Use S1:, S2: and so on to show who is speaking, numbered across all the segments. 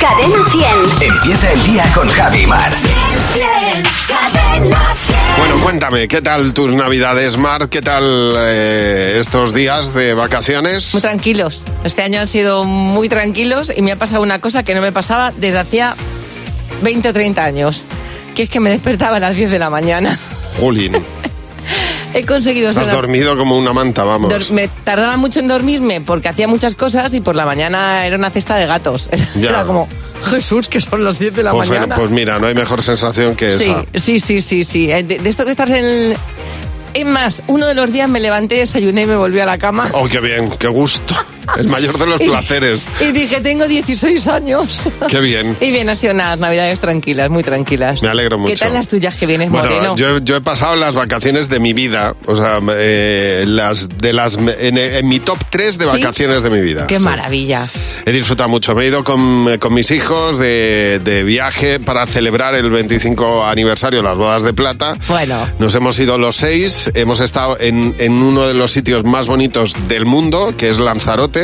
S1: Cadena 100.
S2: Empieza el día con Javi Mar.
S1: Cadena 100.
S3: Bueno, cuéntame, ¿qué tal tus navidades, Mar? ¿Qué tal eh, estos días de
S4: Muy
S3: vacaciones?
S4: tranquilos. Este año han sido muy tranquilos y me ha pasado una cosa que no me pasaba desde hacía 20 o 30 años, que es que me despertaba a las 10 de la mañana.
S3: Julín,
S4: He conseguido ser...
S3: has dormido como una manta, vamos.
S4: Dor- me tardaba mucho en dormirme porque hacía muchas cosas y por la mañana era una cesta de gatos.
S3: Ya.
S4: Era como, Jesús, que son las 10 de la
S3: pues, bueno,
S4: mañana.
S3: pues mira, no hay mejor sensación que
S4: sí,
S3: esa.
S4: sí, sí, sí, sí. Eh, De, de esto que estás en... el- Es más, uno de los días me levanté, desayuné y me volví a la cama.
S3: Oh, qué bien, qué gusto. El mayor de los
S4: Y-
S3: placeres.
S4: Y dije, tengo 16 años.
S3: Qué bien.
S4: Y bien, han sido unas navidades tranquilas, muy tranquilas.
S3: Me alegro mucho.
S4: ¿Qué tal las tuyas que vienes,
S3: Bueno,
S4: Moreno?
S3: yo, yo he pasado las vacaciones de mi vida, o sea, eh, las de las en, en mi top 3 de
S4: ¿Sí?
S3: vacaciones de mi vida.
S4: Qué
S3: sí.
S4: maravilla.
S3: He disfrutado mucho. Me he ido con, con mis hijos de, de viaje para celebrar el 25 aniversario de las bodas de plata.
S4: Bueno.
S3: Nos hemos ido los seis. Hemos estado en, en uno de los sitios más bonitos del mundo, que es Lanzarote.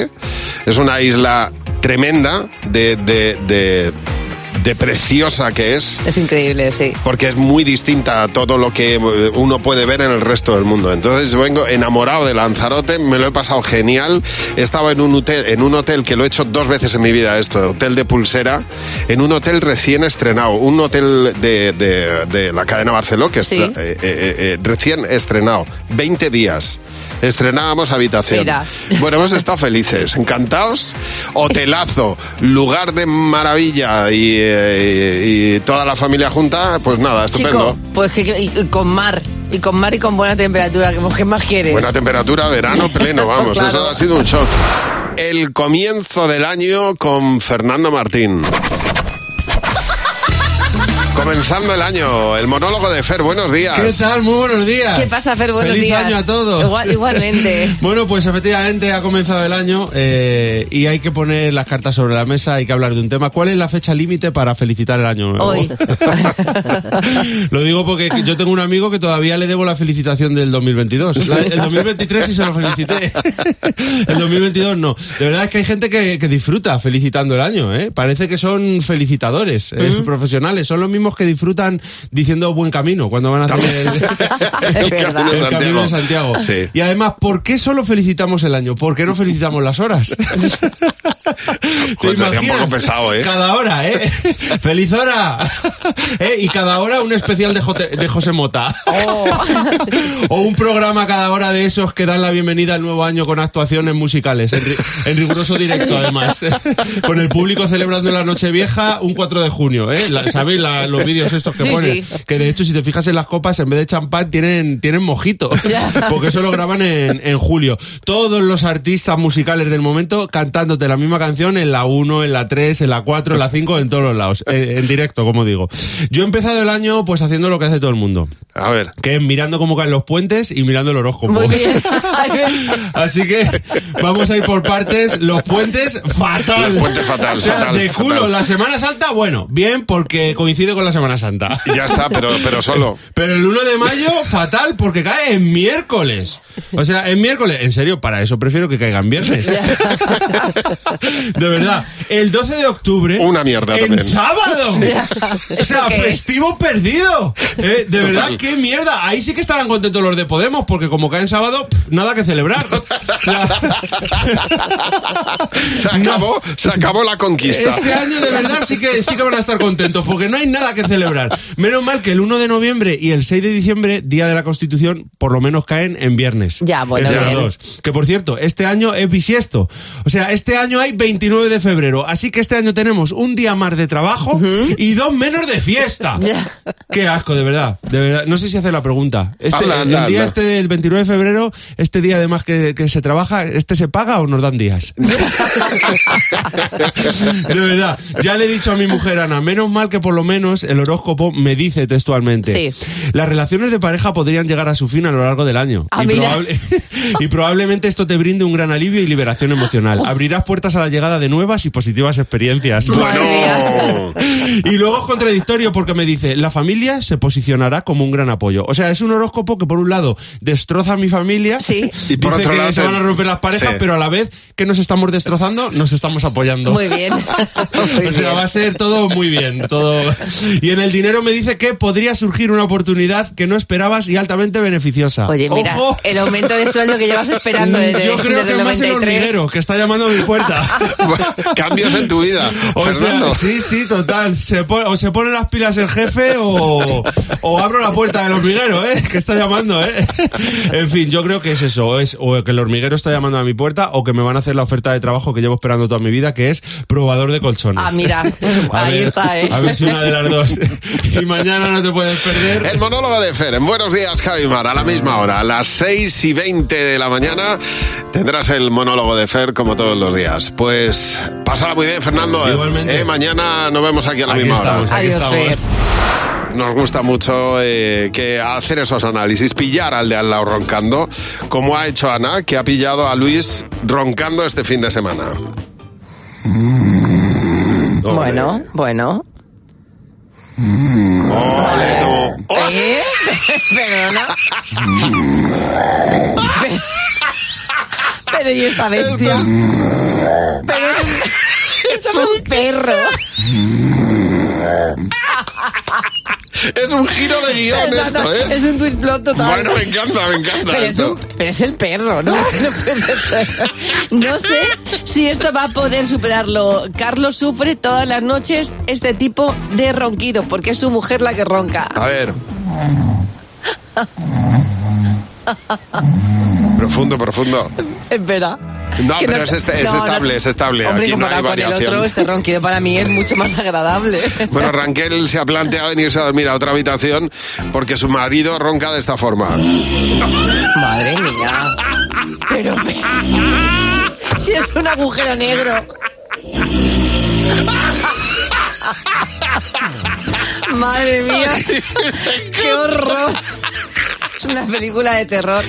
S3: Es una isla tremenda de, de- de- de preciosa que es.
S4: Es increíble, sí.
S3: Porque es muy distinta a todo lo que eh, uno puede ver en el resto del mundo. Entonces vengo enamorado de Lanzarote, me lo he pasado genial. He estado en un hotel, en un hotel que lo he hecho dos veces en mi vida, esto, hotel de pulsera, en un hotel recién estrenado, un hotel de, de- de la cadena Barceló, que es
S4: Sí.
S3: eh, eh, eh, recién estrenado, 20 días. Estrenábamos habitación.
S4: Mira.
S3: Bueno, hemos estado felices, encantados. Hotelazo, lugar de maravilla y, eh, y toda la familia junta, pues nada, estupendo.
S4: Chico, pues que, que- y- y con mar. Y con mar y con buena temperatura. ¿Qué qué más quieres?
S3: Buena temperatura, verano pleno, vamos,
S4: Claro.
S3: eso ha sido un shock. El comienzo del año con Fernando Martín. Comenzando el año, el monólogo de Fer, buenos días.
S5: ¿Qué tal? Muy buenos días.
S4: ¿Qué pasa, Fer? Buenos
S5: Feliz
S4: días.
S5: año a todos.
S4: Igual- igualmente.
S5: bueno, pues efectivamente ha comenzado el año eh, y hay que poner las cartas sobre la mesa, hay que hablar de un tema. ¿Cuál es la fecha límite para felicitar el año nuevo?
S4: Hoy.
S5: lo digo porque yo tengo un amigo que todavía le debo la felicitación del 2022. La- el 2023 sí se lo felicité. el 2022 no. De verdad es que hay gente que, que disfruta felicitando el año. ¿eh? Parece que son felicitadores eh, profesionales. Son los mismos que disfrutan diciendo buen camino cuando van a hacer el,
S4: Es verdad.
S3: Camino de
S5: el Camino de Santiago.
S3: Sí.
S5: Y además, ¿por qué solo felicitamos el año? ¿Por qué no felicitamos las horas? ¿Te
S3: Joder, sería un
S5: imaginas?
S3: poco pesado, ¿eh?
S5: Cada hora, ¿eh? ¡Feliz hora! ¿Eh? Y cada hora un especial de, Jote- de José Mota. o un programa cada hora de esos que dan la bienvenida al nuevo año con actuaciones musicales, en, ri- en riguroso directo además. con el público celebrando la noche vieja un 4 de junio, ¿eh? La- ¿Sabéis la- los vídeos estos que
S4: Sí,
S5: ponen?
S4: sí.
S5: Que de hecho, si te fijas en las copas, en vez de champán, tienen, tienen mojito.
S4: Ya.
S5: Porque eso lo graban en, en julio. Todos los artistas musicales del momento cantándote la misma canción en la 1, en la 3, en la 4, en la 5, en todos los lados. Eh, En, en directo, como digo. Yo he empezado el año pues haciendo lo que hace todo el mundo.
S3: A ver.
S5: Que es mirando cómo caen los puentes y mirando el horóscopo.
S4: Muy bien. Ay, bien.
S5: Así que vamos a ir por partes. Los puentes, fatal.
S3: Los puentes, fatal,
S5: O sea,
S3: fatal,
S5: de culo.
S3: fatal.
S5: La Semana Santa, bueno, bien, porque coincide con la Semana Santa.
S3: Ya está, pero, pero solo.
S5: Pero el 1 de mayo, fatal, porque cae en miércoles. O sea, en miércoles. En serio, para eso prefiero que caigan viernes. De verdad. El 12 de octubre.
S3: Una mierda
S5: En
S3: también.
S5: sábado. O sea,
S4: ¿Eso qué es?
S5: festivo perdido. Eh, de verdad,
S3: Total.
S5: qué mierda. Ahí sí que estarán contentos los de Podemos, porque como cae en sábado, pff, nada que celebrar.
S3: Se acabó, se acabó la conquista.
S5: Este año de verdad sí que, sí que van a estar contentos porque no hay nada que celebrar. Menos mal que el 1 de noviembre y el 6 de diciembre, día de la Constitución, por lo menos caen en viernes.
S4: Ya, bueno,
S5: Esos
S4: bien.
S5: dos. Que por cierto, este año es bisiesto. O sea, este año hay 29 de febrero. Así que este año tenemos un día más de trabajo y dos menos de fiesta.
S4: Ya.
S5: Qué asco, de verdad. De verdad. No sé si hace la pregunta. Este,
S3: Hazla,
S5: el
S3: hazla,
S5: día este
S3: hazla.
S5: del 29 de febrero, este día además que, que se trabaja, ¿este se paga o nos dan días? De verdad, ya le he dicho a mi mujer Ana, menos mal que por lo menos el horóscopo me dice textualmente.
S4: Sí.
S5: Las relaciones de pareja podrían llegar a su fin a lo largo del año.
S4: Ah,
S5: y,
S4: mira.
S5: y probablemente esto te brinde un gran alivio y liberación emocional. Abrirás puertas a la llegada de nuevas y positivas experiencias.
S4: Madre
S3: Bueno,
S4: mía.
S3: Bueno.
S5: Y luego es contradictorio porque me dice, la familia se posicionará como un gran apoyo. O sea, es un horóscopo que por un lado destroza a mi familia,
S4: Sí.
S3: Y por
S5: dice
S3: otro
S5: que
S3: lado
S5: se
S3: te-
S5: van a romper las parejas,
S3: Sí.
S5: pero a la vez que nos estamos destrozando, nos estamos apoyando.
S4: Muy bien. Muy
S5: o sea,
S4: bien.
S5: va a ser todo muy bien. Todo... Y en el dinero me dice que podría surgir una oportunidad que no esperabas y altamente beneficiosa.
S4: Oye, mira, eh,
S5: ¡Ojo! Mm,
S4: el aumento de sueldo que llevas esperando desde
S5: Yo creo
S4: desde
S5: que
S4: el
S5: más el
S4: 93.
S5: hormiguero que está llamando a mi puerta.
S3: Cambios en tu vida,
S5: O
S3: Fernando.
S5: sea, sí, sí, total. Se po- o se ponen las pilas el jefe o, o abro la puerta del hormiguero, ¿eh? Que está llamando, ¿eh? En fin, yo creo que es eso. Es o que el hormiguero está llamando a mi puerta o que me van a hacer la oferta de trabajo que llevo esperando toda mi vida, que es probador de colchones.
S4: Ah, mira,
S5: A
S4: ahí
S5: ver-
S4: está, ¿eh?
S5: A ver si una de las dos. Y mañana no te puedes perder.
S3: El monólogo de Fer. En buenos días, Javimar. A la misma hora, a las 6 y 20 de la mañana, tendrás el monólogo de Fer como todos los días. Pues pásala muy bien, Fernando.
S5: Igualmente.
S3: Eh, mañana nos vemos aquí a la
S5: Aquí
S3: misma
S5: estamos,
S3: hora.
S5: aquí
S4: Adiós,
S5: estamos.
S4: Fer.
S3: Nos gusta mucho eh, que hacer esos análisis, pillar al de al lado roncando, como ha hecho Ana, que ha pillado a Luis roncando este fin de semana.
S4: Bueno, bueno.
S3: Ole
S5: Oh.
S3: tú. Ole.
S4: ¿Eh? Perdona. Pe- Pero y esta bestia. Pero esto es un perro.
S3: Es un giro de guión esto, ¿eh?
S4: Es un twist plot total.
S3: Bueno, me encanta, me encanta
S4: pero, es
S3: esto.
S4: un- pero es el perro, ¿no? No puede ser. No sé si esto va a poder superarlo. Carlos sufre todas las noches este tipo de ronquido, porque es su mujer la que ronca.
S3: A ver. profundo, profundo.
S4: Espera.
S3: No,
S4: Que
S3: pero es este- es estable, es estable.
S4: Hombre,
S3: Aquí no
S4: comparado
S3: hay
S4: con el
S3: variación.
S4: otro, este ronquido para mí es mucho más agradable.
S3: Bueno, Ranquel se ha planteado venirse a dormir a otra habitación porque su marido ronca de esta forma.
S4: Madre mía. Pero me- si es un agujero negro. Madre mía. Qué horror. Es una película de terror.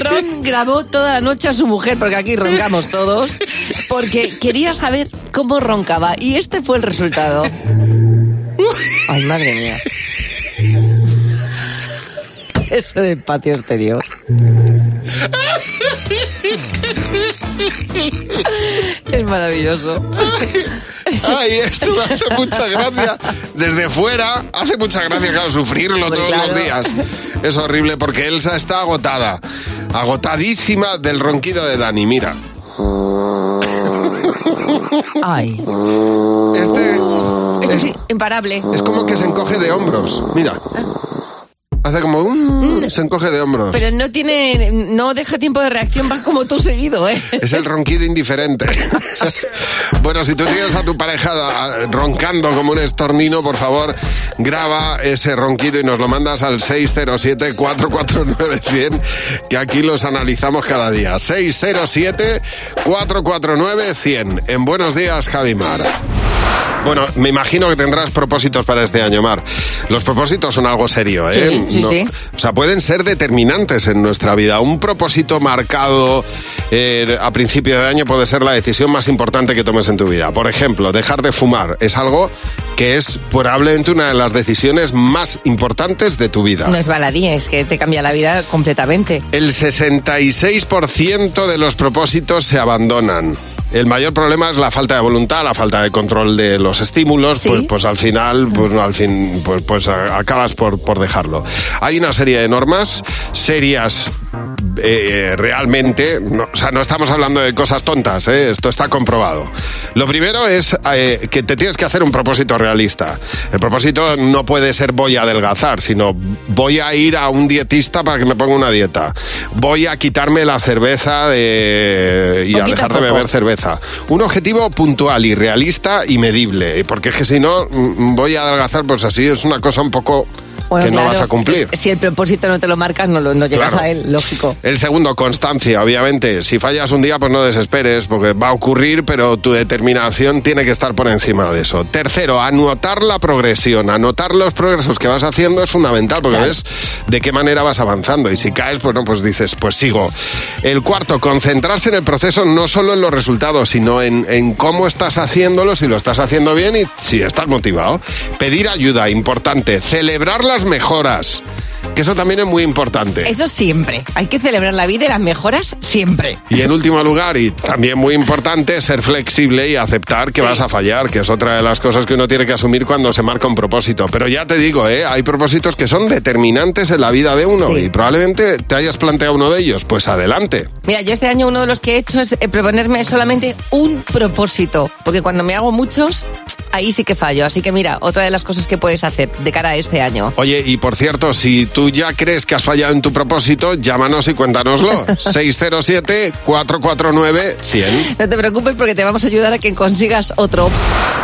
S4: Ron grabó toda la noche a su mujer, porque aquí roncamos todos, porque quería saber cómo roncaba. Y este fue el resultado. Ay, madre mía. Eso del patio exterior. Es maravilloso.
S3: Ay, esto hace mucha gracia. Desde fuera hace mucha gracia, claro, sufrirlo
S4: Hombre,
S3: todos los
S4: claro.
S3: días. Es horrible porque Elsa está agotada. Agotadísima del ronquido de Dani, mira.
S4: Ay.
S3: Este
S4: Esto sí, imparable.
S3: es como que se encoge de hombros, mira. Hace como un... Se encoge de hombros.
S4: Pero no tiene. No deja tiempo de reacción, va como tú seguido, ¿eh?
S3: Es el ronquido indiferente. bueno, si tú tienes a tu pareja ah, roncando como un estornino, por favor, graba ese ronquido y nos lo mandas al 607-449-100, que aquí los analizamos cada día. 607-449-100. En Buenos Días, Javi Mar. Bueno, me imagino que tendrás propósitos para este año, Mar. Los propósitos son algo serio, ¿eh?
S4: Sí, sí, sí.
S3: O sea, pueden ser determinantes en nuestra vida. Un propósito marcado eh, a principio de año puede ser la decisión más importante que tomes en tu vida. Por ejemplo, dejar de fumar es algo que es probablemente una de las decisiones más importantes de tu vida.
S4: No es baladí, es que te cambia la vida completamente.
S3: El 66% de los propósitos se abandonan. El mayor problema es la falta de voluntad, la falta de control de los estímulos,
S4: Sí.
S3: pues, pues al final, pues no, al fin, pues, pues a- acabas por, por dejarlo. Hay una serie de normas serias eh, realmente, no- o sea, no estamos hablando de cosas tontas, ¿eh? esto está comprobado. Lo primero es eh, que te tienes que hacer un propósito realista. El propósito no puede ser voy a adelgazar, sino voy a ir a un dietista para que me ponga una dieta. Voy a quitarme la cerveza de- y a
S4: Poquito a
S3: dejar de
S4: poco.
S3: beber cerveza. Un objetivo puntual y eh, mm, realista y medible, porque es que si no mm, voy a adelgazar, pues así es una cosa un poco
S4: Bueno,
S3: que no
S4: claro,
S3: vas a cumplir.
S4: Si el propósito no te lo marcas, no, lo- no llegas
S3: Claro.
S4: a él, lógico.
S3: El segundo, constancia, obviamente. Si fallas un día, pues no desesperes, porque va a ocurrir, pero tu determinación tiene que estar por encima de eso. Tercero, anotar la progresión. Anotar los progresos que vas haciendo es fundamental, porque ves de qué manera vas avanzando. Y si caes, pues no, pues dices, pues sigo. El cuarto, concentrarse en el proceso, no solo en los resultados, sino en, en cómo estás haciéndolo, si lo estás haciendo bien y si estás motivado. Pedir ayuda, importante. Celebrar las mejoras, que eso también es muy importante.
S4: Eso siempre. Hay que celebrar la vida y las mejoras siempre.
S3: Y en último lugar, y también muy importante, ser flexible y aceptar que vas a fallar, que es otra de las cosas que uno tiene que asumir cuando se marca un propósito. Pero ya te digo, ¿eh? hay propósitos que son determinantes en la vida de uno y probablemente te hayas planteado uno de ellos. Pues adelante.
S4: Mira, yo este año uno de los que he hecho es eh, proponerme solamente un propósito, porque cuando me hago muchos, ahí sí que fallo. Así que mira, otra de las cosas que puedes hacer de cara a este año.
S3: Oye, y por cierto, si tú ya crees que has fallado en tu propósito, llámanos y cuéntanoslo. 607-449-100.
S4: No te preocupes porque te vamos a ayudar a que consigas otro.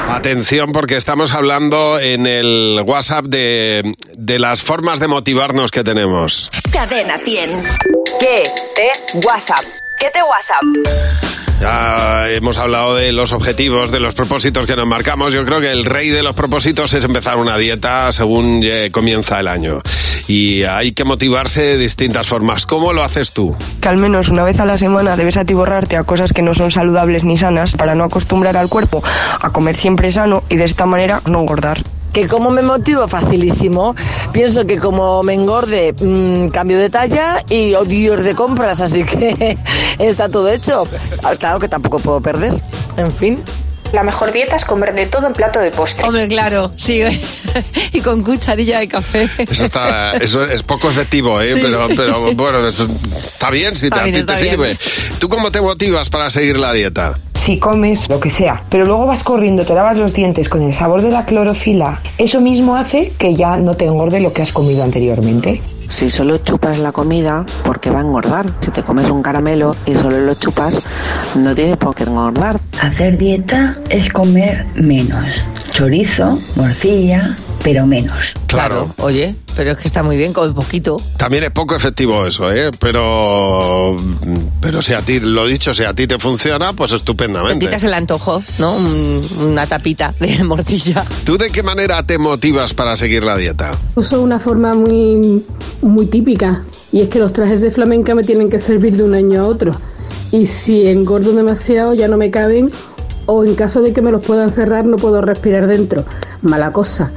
S3: Atención, porque estamos hablando en el WhatsApp de, de las formas de motivarnos que tenemos.
S1: Cadena 100. ¿Qué te WhatsApp? ¿Qué te WhatsApp?
S3: Ya hemos hablado de los objetivos, de los propósitos que nos marcamos. Yo creo que el rey de los propósitos es empezar una dieta según eh, comienza el año. Y hay que motivarse de distintas formas. ¿Cómo lo haces tú?
S6: que al menos una vez a la semana debes atiborrarte a cosas que no son saludables ni sanas para no acostumbrar al cuerpo a comer siempre sano y de esta manera no engordar.
S7: Que cómo me motivo, facilísimo. Pienso que como me engorde, mm, cambio de talla y odios de compras, así que está todo hecho. Ah, Claro que tampoco puedo perder, en fin.
S8: La mejor dieta es comer de todo en plato de postre.
S4: Hombre, claro, sí. y con cucharilla de café.
S3: Eso, está, eso es poco efectivo, ¿eh?
S4: Sí.
S3: pero, pero bueno, eso está bien si te,
S6: Está
S3: a
S6: bien,
S3: ti te
S6: está
S3: sirve.
S6: bien.
S3: ¿Tú cómo te motivas para seguir la dieta?
S6: Si comes lo que sea, pero luego vas corriendo, te lavas los dientes con el sabor de la clorofila, eso mismo hace que ya no te engorde lo que has comido anteriormente.
S9: Si solo chupas la comida, porque va a engordar. Si te comes un caramelo y solo lo chupas, no tienes por qué engordar.
S10: Hacer dieta es comer menos. Chorizo, morcilla, pero menos.
S3: Claro.
S4: Oye, pero es que está muy bien con poquito.
S3: También es poco efectivo eso, ¿eh? Pero, pero si a ti, lo dicho, si a ti te funciona, pues
S4: Te
S3: estupendamente.
S4: quitas el antojo, ¿no? Un- una tapita de morcilla.
S3: ¿Tú de qué manera te motivas para seguir la dieta?
S11: Uso una forma muy, muy típica y es que los trajes de flamenca me tienen que servir de un año a otro. Y si engordo demasiado ya no me caben o en caso de que me los puedan cerrar no puedo respirar dentro. Mala cosa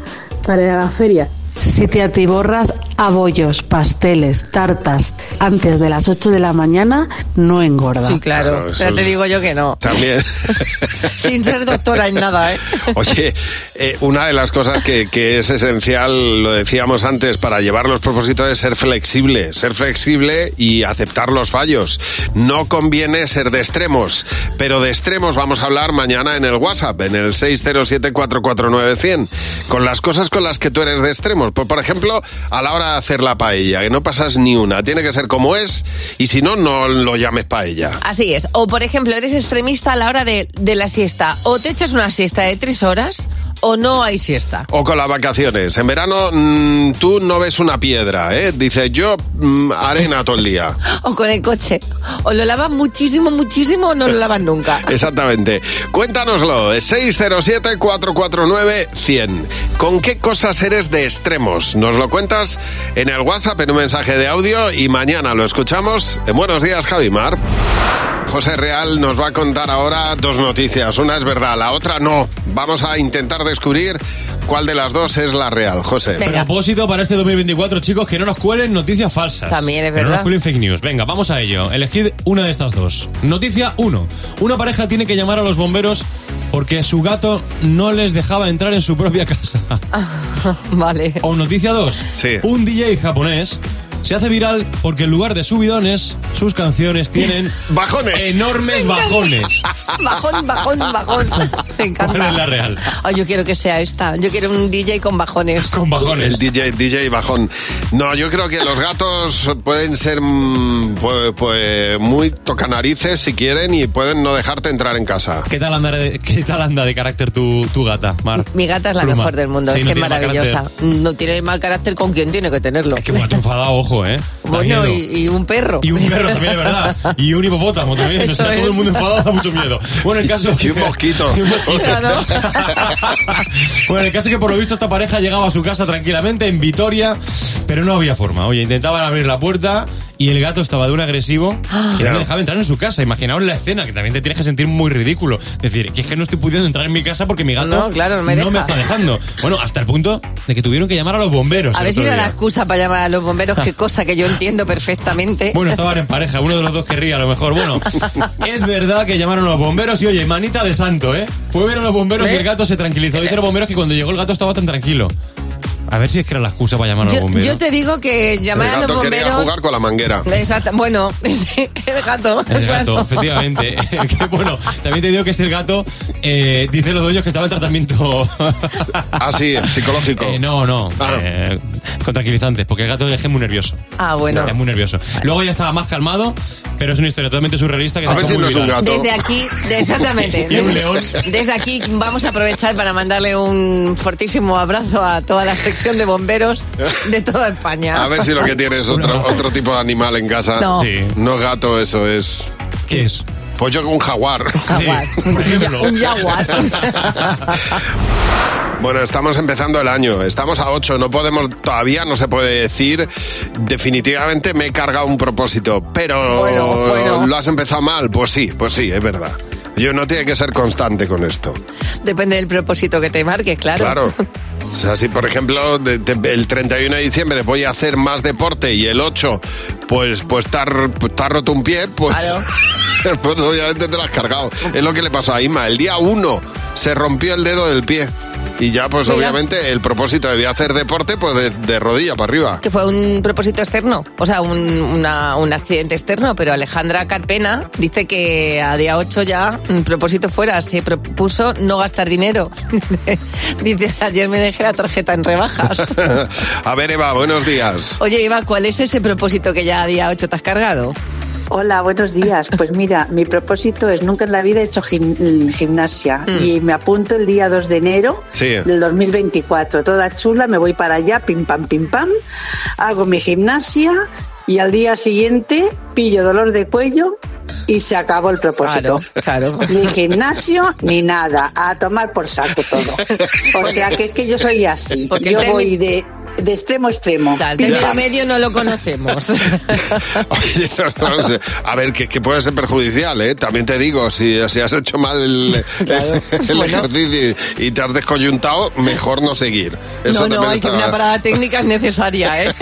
S11: para ir a la feria.
S12: Si te atiborras a bollos, pasteles, tartas antes de las 8 de la mañana, no engorda.
S4: Sí, claro.
S3: Ah, eso
S4: ya
S3: es-
S4: te digo yo que no.
S3: También.
S4: Sin ser doctora en nada, ¿eh?
S3: Oye, eh, una de las cosas que, que es esencial, lo decíamos antes, para llevar los propósitos es ser flexible, ser flexible y aceptar los fallos. No conviene ser de extremos, pero de extremos vamos a hablar mañana en el WhatsApp, en el 607-449-100, con las cosas con las que tú eres de extremos. Pues, Por, por ejemplo, a la hora de hacer la paella, que no pasas ni una, tiene que ser como es y si no, no lo llames paella.
S4: Así es. O, por ejemplo, eres extremista a la hora de, de la siesta. O te echas una siesta de tres horas o no hay siesta.
S3: O con las vacaciones. En verano mm, tú no ves una piedra, ¿eh? Dices, yo mm, arena todo el día.
S4: O con el coche. O lo lavas muchísimo, muchísimo o no lo lavas nunca.
S3: Exactamente. Cuéntanoslo, 607-449-100. ¿Con qué cosas eres de extremos? Nos lo cuentas en el WhatsApp, en un mensaje de audio y mañana lo escuchamos. En Buenos días, Javimar. José Real nos va a contar ahora dos noticias. Una es verdad, la otra no. Vamos a intentar descubrir cuál de las dos es la real. José.
S13: Propósito para este 2024, chicos, que no nos cuelen noticias falsas.
S4: También es
S13: Que No
S4: verdad.
S13: nos cuelen fake news. Venga, vamos a ello. Elegid una de estas dos. Noticia 1. Una pareja tiene que llamar a los bomberos porque su gato no les dejaba entrar en
S3: Eh,
S13: su propia casa.
S4: vale.
S13: O noticia 2. Un DJ japonés se hace viral porque en lugar de subidones, sus canciones tienen
S3: bajones.
S13: enormes bajones.
S4: Bajón, bajón, bajón. Me encanta.
S13: ¿Cuál es la real?
S4: Ay, yo quiero que sea esta. Yo quiero un DJ con bajones.
S13: Con bajones.
S3: El DJ, DJ bajón. No, yo creo que los gatos pueden ser mm, pues, pues, muy tocanarices si quieren y pueden no dejarte entrar en casa.
S13: ¿Qué tal anda de, qué tal anda de carácter tu, tu gata, Mar?
S4: Mi gata es la
S13: Pluma.
S4: mejor del mundo.
S13: Sí,
S4: es
S13: no
S4: que es
S13: tiene mal
S4: maravillosa.
S13: carácter.
S4: No tiene mal carácter con quien tiene que tenerlo.
S13: Que bueno, te enfada, ojo, ¿eh? Da
S4: bueno,
S13: miedo.
S4: y, y un perro.
S13: Y un perro también, es verdad. Y un hipopótamo también. O sea,
S4: Eso
S13: todo el
S4: es.
S13: mundo enfadado da mucho miedo. Bueno, el caso.
S3: Y un mosquito.
S13: Bueno, el caso es que por lo visto esta pareja llegaba a su casa tranquilamente en Vitoria, pero no había forma. Oye, intentaban abrir la puerta y el gato estaba de un agresivo que no
S3: Claro.
S13: le dejaba entrar en su casa. Imaginaos la escena, que también te tienes que sentir muy ridículo. Decir, que es que no estoy pudiendo entrar en mi casa porque mi gato
S4: No, claro, no me deja.
S13: está dejando. Bueno, hasta el punto de que tuvieron que llamar a los bomberos.
S4: A
S13: el
S4: ver si
S13: otro
S4: era la
S13: día.
S4: excusa para llamar a los bomberos, qué cosa que yo entiendo perfectamente.
S13: Bueno, estaban en pareja, uno de los dos querría a lo mejor. Bueno, es verdad que llamaron a los bomberos y oye, manita de santo, ¿eh? Fue ver a los bomberos
S3: ¿Eh?
S13: y el gato se tranquilizó. Dicen los bomberos que cuando llegó el gato estaba tan tranquilo. A ver si es que era la excusa para llamar a los
S4: yo,
S13: bomberos.
S4: yo te digo que llamar
S13: El
S4: a los
S13: gato quería
S4: bomberos.
S13: jugar con la manguera.
S4: Exacto. Bueno, sí, el gato.
S13: El gato,
S4: claro.
S13: efectivamente. Que, bueno, también te digo que ese gato, eh, dicen los dueños que estaba en tratamiento.
S3: Ah, sí, psicológico.
S13: Eh, no, no. eh, con tranquilizantes, porque el gato es muy nervioso.
S4: Ah, bueno.
S13: Es muy nervioso. Luego ya estaba más calmado, pero es una historia totalmente surrealista que se ha
S3: A ver
S13: hecho
S3: si
S13: muy
S3: no es un
S13: viral.
S4: Desde aquí, de- exactamente.
S13: Y un
S4: Desde-
S13: león.
S4: Desde aquí vamos a aprovechar para mandarle un fortísimo abrazo a toda la sección de bomberos de toda España.
S3: A ver si lo que tienes es otro, otro tipo de animal en casa.
S4: No.
S13: Sí.
S3: No gato, eso es.
S13: ¿Qué es?
S3: Pues yo con un jaguar.
S4: Jaguar. Un ya- un jaguar.
S3: Bueno, estamos empezando el año, estamos a 8, no podemos, todavía no se puede decir, definitivamente me he cargado un propósito, pero lo has empezado mal, pues sí, pues sí, es verdad. Yo no tiene que ser constante con esto.
S4: Depende del propósito que te marques, claro.
S3: Claro. O sea, si por ejemplo de- de- el 31 de diciembre voy a hacer más deporte y el 8 pues pues te ha r- pues, te ha roto un pie, pues, pues obviamente te lo has cargado. Es lo que le pasó a Ima. El día 1 se rompió el dedo del pie. Y ya, pues
S4: Mira.
S3: obviamente el propósito de hacer deporte, pues de, de rodilla para arriba.
S4: Que fue un propósito externo, o sea, un, una- un accidente externo, pero Alejandra Carpena dice que a día 8 ya, un propósito fuera, se propuso no gastar dinero. dice, ayer me dejé la tarjeta en rebajas.
S3: a ver, Eva, buenos días.
S4: Oye, Eva, ¿cuál es ese propósito que ya a día 8 te has cargado?
S14: Hola, buenos días. Pues mira, mi propósito es nunca en la vida he hecho gim- gimnasia
S12: Mm.
S14: y me apunto el día 2 de enero
S3: Sí.
S14: del 2024. Toda chula, me voy para allá, pim pam, pim pam, hago mi gimnasia y al día siguiente pillo dolor de cuello y se acabó el propósito.
S4: Claro,
S14: Ni gimnasio ni nada, a tomar por saco todo. O sea que es que yo soy así,
S4: Porque
S14: yo
S4: el término-
S14: voy de, de extremo a extremo.
S4: Al término medio no lo conocemos.
S3: Oye, no, no sé. A ver, que, que puede ser perjudicial, ¿eh? También te digo, si, si has hecho mal el, el
S4: Bueno.
S3: ejercicio y, y te has descoyuntado, mejor no seguir. Eso
S4: no, no,
S3: también
S4: hay que
S3: está-
S4: una parada técnica es necesaria, ¿eh?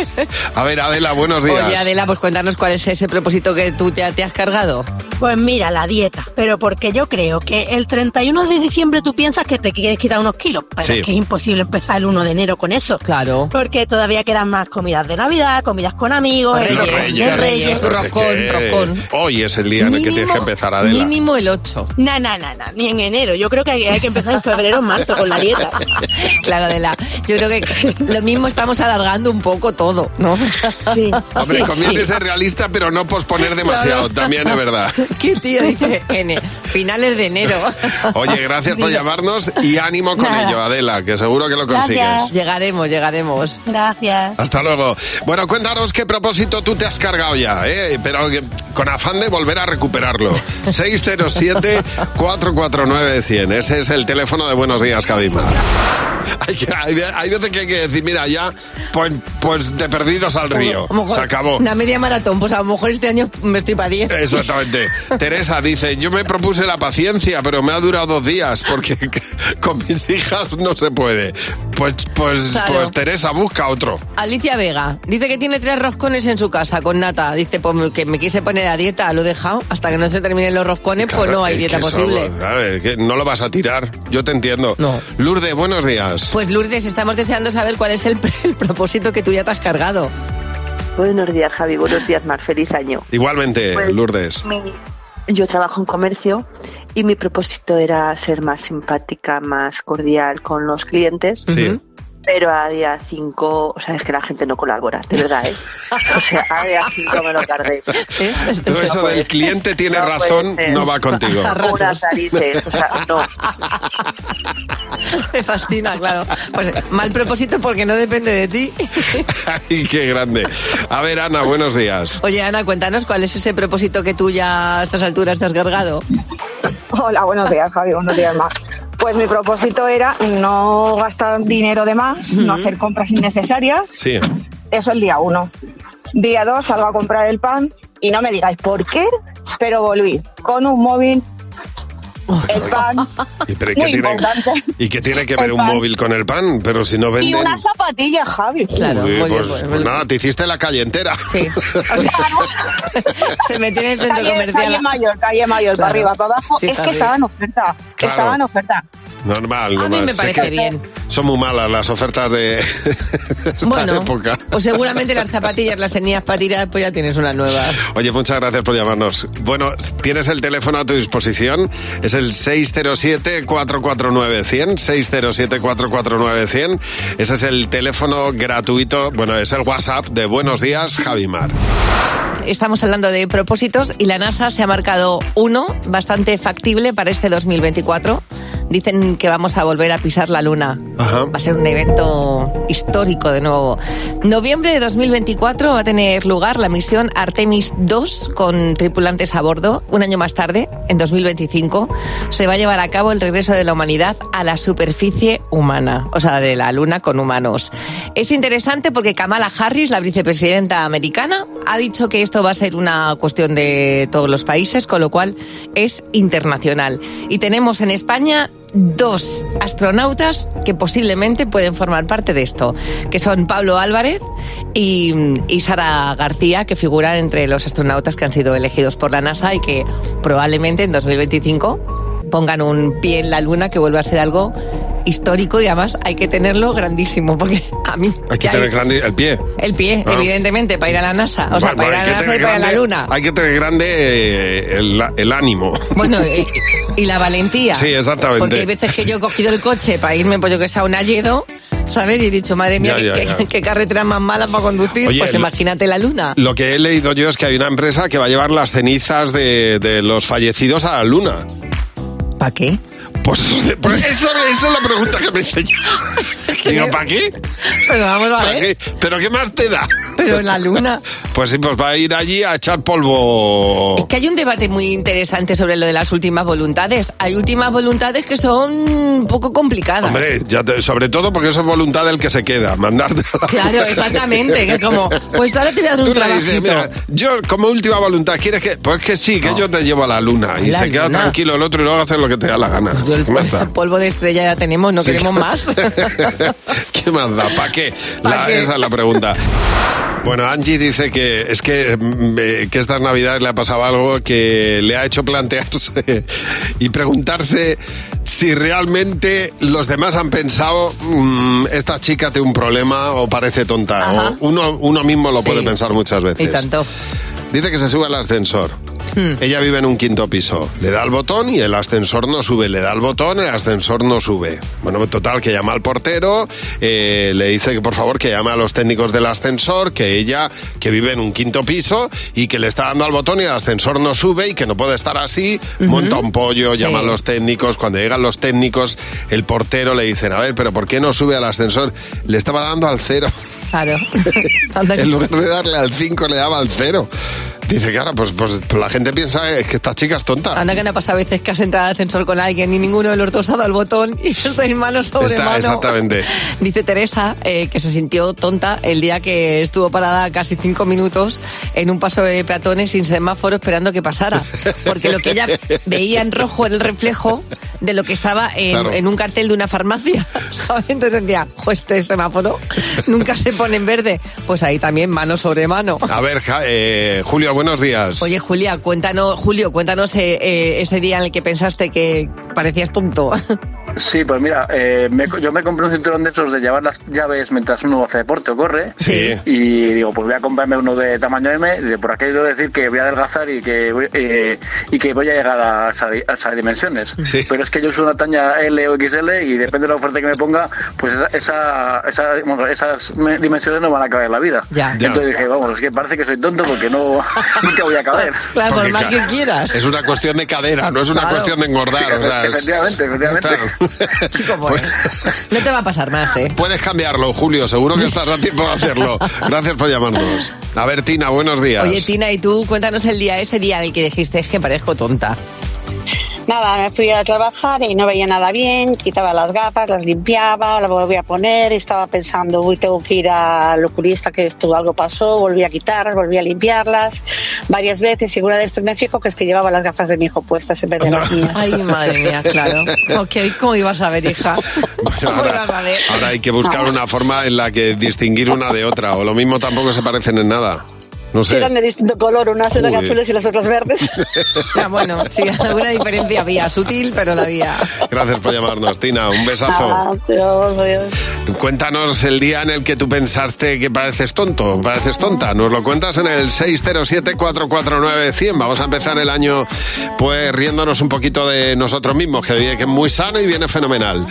S3: A ver, Adela, buenos días.
S4: Oye, Adela, pues cuéntanos cuál es ese propósito que tú ya te has cargado.
S15: Pues mira, la dieta, pero porque yo creo que el 31 de diciembre tú piensas que te quieres quitar unos kilos, pero
S4: Sí.
S15: es que es imposible empezar el 1 de enero con eso.
S4: Claro.
S15: Porque todavía quedan más comidas de Navidad, comidas con amigos,
S3: Los
S15: el
S3: Reyes,
S15: de Reyes.
S3: no sé qué. Hoy es el día en el que tienes que empezar, Adela.
S4: Mínimo el 8.
S15: No, no, no, no, ni en enero. Yo creo que hay, hay que empezar en febrero o marzo con la dieta.
S4: Claro, Adela. Yo creo que lo mismo estamos alargando un poco todo, ¿no?
S15: Sí.
S3: Hombre, conviene ser realista, pero no posponer demasiado,
S4: Claro.
S3: también es verdad.
S4: ¿Qué tío dice N? Finales de enero.
S3: Oye, gracias por
S4: Dilo.
S3: llamarnos y ánimo con
S4: Nada.
S3: ello, Adela, que seguro que lo consigues.
S4: Pues Llegaremos, llegaremos.
S15: Gracias.
S3: Hasta luego. Bueno, cuéntanos qué propósito tú te has cargado ya, ¿eh? pero que- con afán de volver a recuperarlo. 607-449-100. Ese es el teléfono de Buenos Días, Cabima. Hay, que- hay ve- hay veces que hay que decir, mira, ya, pues, pues de perdidos al río.
S4: A lo mejor
S3: Se acabó. Eh.
S4: Una media maratón, pues a lo mejor este año me estoy para 10.
S3: Exactamente. Teresa dice, yo me propuse la paciencia, pero me ha durado dos días porque con mis hijas no se puede. Pues, pues,
S4: Claro.
S3: pues Teresa, busca otro.
S4: Alicia Vega dice que tiene tres roscones en su casa con nata. Dice pues, que me quise poner a dieta, lo he dejado. Hasta que no se terminen los roscones, pues
S3: Claro,
S4: no hay
S3: es
S4: dieta
S3: que eso,
S4: posible.
S3: claro, es que no lo vas a tirar, yo te entiendo. Lourdes, buenos días.
S4: Pues Lourdes, estamos deseando saber cuál es el, el propósito que tú ya te has cargado.
S16: Buenos días, Javi. Buenos días, Mar. Feliz año.
S3: Igualmente,
S16: Pues,
S3: Lourdes.
S16: mi- yo trabajo en comercio y mi propósito era ser más simpática, más cordial con los clientes.
S3: Sí.
S16: Pero a día 5, o sea, es que la gente no colabora, de verdad, ¿eh? O sea, a día 5 me lo cargué.
S4: ¿Eh?
S3: Todo eso del cliente tiene razón,
S16: puede ser.
S3: no va contigo.
S4: A ratos.
S16: Puras narices, o sea, no.
S4: Me fascina, claro. Pues mal propósito porque no depende de ti.
S3: Ay, qué grande. A ver, Ana, buenos días.
S4: Oye, Ana, cuéntanos cuál es ese propósito que tú ya a estas alturas te has cargado.
S17: Hola, buenos días, Javi, buenos días, más. Pues mi propósito era no gastar dinero de más, no hacer compras innecesarias.
S3: Sí.
S17: Eso el día uno. Día dos salgo a comprar el pan y no me digáis por qué, pero volví con un móvil, el pan,
S3: ¿Y, pero, ¿y
S17: muy
S3: qué tiene,
S17: importante,
S3: y qué tiene que ver
S17: El
S3: un
S17: pan.
S3: móvil con el pan? Pero si no
S17: y
S3: venden...
S17: una zapatilla, Javi.
S3: Uy, pues, pues nada, te hiciste la calle entera.
S4: Sí. Se metió en el centro
S17: Calle-
S4: comercial.
S17: Calle mayor, calle mayor,
S4: Claro.
S17: para arriba, para abajo.
S4: Sí,
S17: es que
S4: Javi.
S17: estaba en oferta,
S3: Claro.
S17: estaba en oferta.
S3: Normal, normal.
S4: me
S3: Sé
S4: parece
S3: que
S4: bien.
S3: Son muy malas las ofertas de esta
S4: Bueno.
S3: época.
S4: Pues seguramente las zapatillas las tenías para tirar, pues ya tienes unas nuevas.
S3: Oye, muchas gracias por llamarnos. Bueno, tienes el teléfono a tu disposición. Es el 607-449-100. 607-449-100. Ese es el teléfono gratuito. Bueno, es el WhatsApp de Buenos Días, Javimar.
S4: Estamos hablando de propósitos y la NASA se ha marcado uno bastante factible para este 2024. Dicen que vamos a volver a pisar la luna. Va a ser un evento histórico de nuevo. Noviembre de 2024 va a tener lugar la misión Artemis 2 con tripulantes a bordo. Un año más tarde, en 2025, se va a llevar a cabo el regreso de la humanidad a la superficie humana, o sea, de la Luna con humanos. Es interesante porque Kamala Harris, la vicepresidenta americana, ha dicho que esto va a ser una cuestión de todos los países, con lo cual es internacional. Y tenemos en España dos astronautas que posiblemente pueden formar parte de esto, que son Pablo Álvarez y, y Sara García, que figuran entre los astronautas que han sido elegidos por la NASA y que probablemente en 2025 pongan un pie en la Luna que vuelva a ser algo histórico y además hay que tenerlo grandísimo porque a mí
S3: Hay que
S4: ya
S3: tener grande el pie.
S4: el pie
S3: Ah.
S4: evidentemente para ir a la NASA o sea para
S3: Bueno,
S4: ir
S3: hay
S4: a
S3: que
S4: la NASA y
S3: tener
S4: para ir a la
S3: grande-
S4: Luna
S3: Hay que tener grande eh, el, el ánimo.
S4: Bueno, y, y la valentía.
S3: Sí, exactamente.
S4: Porque hay veces que yo he cogido el coche para irme, pues yo que sé, a un Alledo, ¿sabes? Y he dicho, madre mía,
S3: Ya,
S4: qué-
S3: ya,
S4: qué,
S3: ya.
S4: qué carretera más mala para conducir.
S3: Oye,
S4: pues
S3: el-
S4: imagínate la luna.
S3: Lo que he leído yo es que hay una empresa que va a llevar las cenizas de, de los fallecidos a la luna.
S4: ¿Para qué?
S3: Pues, pues eso, esa es la pregunta que me hice yo. Digo, ¿para qué?
S4: Pero vamos a
S3: ¿Para
S4: ver.
S3: qué? Ah, ¿eh? ¿Pero qué más te da?
S4: ¿Eh? Pero en la luna.
S3: Pues sí, pues va a ir allí a echar polvo.
S4: Que hay un debate muy interesante sobre lo de las últimas voluntades. Hay últimas voluntades que son un poco complicadas.
S3: Hombre, ya te- sobre todo porque eso es voluntad del que se queda, mandarte. a la-
S4: Claro, exactamente. Que es como, pues ahora te voy a dar un
S3: Tú le
S4: trabajito.
S3: dices, mira, yo como última voluntad, ¿quieres que...? Pues que sí, que yo te llevo a la luna. Y
S4: La
S3: se queda
S4: luna.
S3: tranquilo el otro y luego hace lo que te da la gana. ¿Qué más da?
S4: Pues Polvo de estrella ya tenemos, no
S3: Sí.
S4: queremos más.
S3: ¿Qué más da? ¿Para qué?
S4: ¿Pa'
S3: La-
S4: qué?
S3: Esa es la pregunta. Bueno, Angie dice que es que, mm, eh, que estas navidades le ha pasado algo que le ha hecho plantearse y preguntarse si realmente los demás han pensado "Mm, esta chica tiene un problema o parece tonta.
S4: Ajá.
S3: O uno, uno mismo lo puede pensar muchas veces.
S4: y tanto.
S3: Dice que se sube al ascensor.
S4: Hmm.
S3: Ella vive en un quinto piso. Le da el botón y el ascensor no sube. Le da el botón el ascensor no sube. Bueno, total, que llama al portero, eh, le dice que por favor que llame a los técnicos del ascensor, que ella, que vive en un quinto piso y que le está dando al botón y el ascensor no sube y que no puede estar así. Monta un pollo, llama a los técnicos. Cuando llegan los técnicos, el portero le dicen, a ver, pero ¿por qué no sube al ascensor? Le estaba dando al cero.
S4: Claro. Anda que-
S3: En lugar de darle al 5, le daba al 0. Dice, claro, pues, pues, pues la gente piensa eh, que esta chica es tonta.
S4: Anda que no pasa a veces que has entrado al ascensor con alguien y ninguno de los dos ha dado el botón y estáis mano sobre
S3: Está-
S4: mano.
S3: exactamente.
S4: Dice Teresa eh, que se sintió tonta el día que estuvo parada casi cinco minutos en un paso de peatones sin semáforo esperando que pasara. Porque lo que ella veía en rojo era el reflejo de lo que estaba en,
S3: Claro.
S4: en un cartel de una farmacia. ¿sabes? Entonces decía, "Jo, este semáforo nunca se pone en verde. Pues ahí también mano sobre mano.
S3: A ver, Ja- eh, Julio, buenos días.
S4: Oye, Julia, cuéntanos, Julio, cuéntanos eh, eh, ese día en el que pensaste que parecías tonto.
S18: Sí, pues mira, eh, me co- yo me compré un cinturón de esos de llevar las llaves mientras uno hace deporte o corre.
S3: Sí.
S18: Y digo, pues voy a comprarme uno de tamaño M. De por aquí quiero decir que voy a adelgazar y que voy, eh, y que voy a llegar a esa, di- a esas dimensiones. Pero es que yo uso una talla L o XL y depende de la oferta que me ponga, pues esa, esa, esa- bueno, esas me- dimensiones no van a caber en la vida.
S4: Ya. Ya.
S18: Entonces dije, vamos, es que parece que soy tonto porque no nunca voy a caber.
S4: Claro, por
S3: Porque,
S4: más que
S3: claro, Eh,
S4: quieras.
S3: Es una cuestión de cadera, no es una
S4: Claro.
S3: cuestión de engordar.
S18: Sí,
S3: o sea, es-
S18: efectivamente, efectivamente.
S4: Chico, pues. No te va a pasar más, ¿eh?
S3: Puedes cambiarlo, Julio, seguro que estás a tiempo de hacerlo. Gracias por llamarnos. A ver, Tina, buenos días.
S4: Oye, Tina, y tú cuéntanos el día, ese día en el que dijiste es que parezco tonta.
S19: Nada, me fui a trabajar y no veía nada bien, quitaba las gafas, las limpiaba, las volvía a poner, estaba pensando, uy, tengo que ir al oculista que esto algo pasó, volví a quitarlas, volví a limpiarlas varias veces y una de estas me fijo que es que llevaba las gafas de mi hijo puestas en vez de las mías.
S4: Ay, madre mía, claro. Ok, ¿cómo ibas a ver, hija? ¿Cómo ibas a ver?
S3: Ahora hay que buscar una forma en la que distinguir una de otra, o lo mismo tampoco se parecen en nada. No sé.
S19: Eran de distinto color, unas eran
S3: Joder.
S19: azules y las otras verdes.
S4: Ah, bueno, sí, alguna diferencia había, sutil, pero la había.
S3: Gracias por llamarnos, Tina. Un besazo.
S19: Ah, Adiós, adiós.
S3: Cuéntanos el día en el que tú pensaste que pareces tonto, pareces tonta. Nos lo cuentas en el 607-449-100. Vamos a empezar el año pues riéndonos un poquito de nosotros mismos, que viene que es muy sano y viene fenomenal.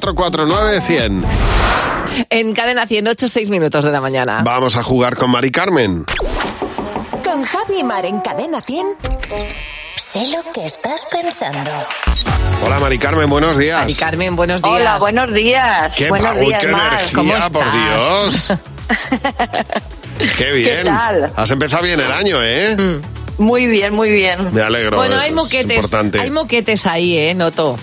S3: 607-449-100.
S4: En cadena 100, 8, 6 minutos de la mañana.
S3: Vamos a jugar con Mari Carmen.
S20: Con Javi y Mar en Cadena 100. Sé lo que estás pensando.
S3: Hola Mari Carmen, buenos días.
S4: Mari Carmen, buenos días.
S20: Hola, buenos días.
S3: Qué
S20: buenos
S3: pa- uy,
S20: días,
S3: qué
S20: Mar.
S3: energía,
S20: ¿Cómo
S3: por Dios.
S20: estás?
S3: Qué bien.
S20: tal? Mm.
S3: Has empezado bien el año, ¿eh?
S20: Muy bien, muy bien.
S3: Me alegro.
S4: Bueno,
S3: eh,
S4: hay
S3: es
S4: moquetes,
S3: importante.
S4: hay moquetes ahí, ¿eh? Noto.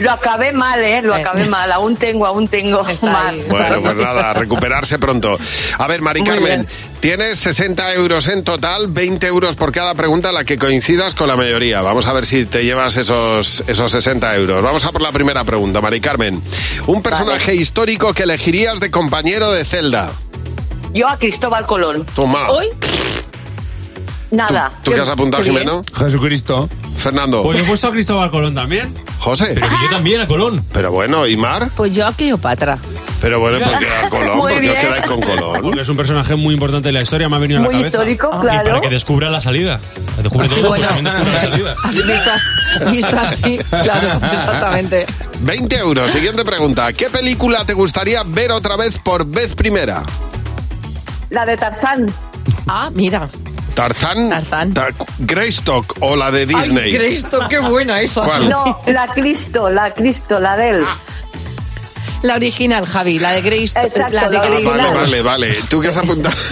S20: Lo acabé mal, ¿eh? Lo acabé mal. Aún tengo, aún tengo mal.
S3: Bueno, pues nada, a recuperarse pronto. A ver, Mari
S20: Muy
S3: Carmen, tienes 60 euros en total, 20 euros por cada pregunta, la que coincidas con la mayoría. Vamos a ver si te llevas esos, esos 60 euros. Vamos a por la primera pregunta, Mari Carmen. Un personaje histórico que elegirías de compañero de celda.
S20: Yo a Cristóbal Colón.
S3: Toma.
S20: ¿Hoy? Nada.
S3: ¿Tú qué has apuntado, Jimeno?
S13: Jesucristo.
S3: Fernando.
S13: Pues he puesto a Cristóbal Colón también.
S3: José.
S13: Pero que yo también, a Colón.
S3: Pero bueno, ¿y Mar?
S4: Pues yo a Cleopatra.
S3: Pero bueno, ¿por qué a Colón?
S4: Muy
S3: ¿Por qué os
S4: bien.
S3: quedáis con Colón?
S13: Porque es un personaje muy importante de la historia, me ha venido a la
S4: Muy
S13: cabeza.
S4: histórico,
S13: Y
S4: claro. Ah,
S13: para que descubra la salida. Descubre
S4: Bueno.
S13: todo, pues, descubre la salida.
S4: Así visto, as- visto así, claro, exactamente.
S3: 20 euros. Siguiente pregunta. ¿Qué película te gustaría ver otra vez por vez primera?
S20: La de Tarzán.
S4: Ah, mira.
S3: ¿Tarzán? Tarzán. ¿Greystock o la de Disney?
S4: qué buena esa.
S3: ¿Cuál?
S20: No, la Cristo, la Cristo, la de él.
S4: La original, Javi, la de Grace. la de
S20: la
S4: Grace.
S3: Ah, Vale, vale, vale. ¿Tú qué has apuntado?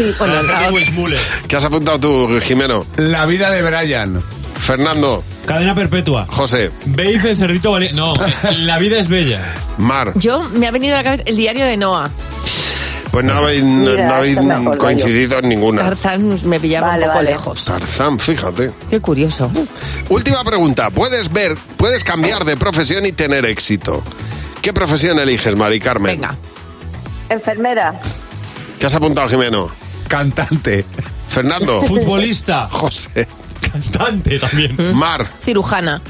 S3: ¿Qué has apuntado tú, Jimeno? La vida de Brian. Fernando.
S13: Cadena perpetua.
S3: José.
S13: Veis el cerdito vale. No, la vida es bella.
S3: Mar.
S4: Yo me ha venido a la cabeza el diario de Noah.
S3: Pues no habéis, no-
S4: Mira,
S3: no habéis
S4: esa me acuerdo
S3: coincidido en ninguna.
S4: Tarzán me pillaba un poco lejos.
S3: Tarzán, fíjate.
S4: Qué curioso.
S3: Última pregunta. ¿Puedes ver, puedes cambiar de profesión y tener éxito? ¿Qué profesión eliges, Mari Carmen? Venga.
S20: Enfermera.
S3: ¿Qué has apuntado, Jimeno? Cantante. Fernando.
S13: Futbolista.
S3: José.
S13: Cantante también.
S3: Mar.
S4: Cirujana.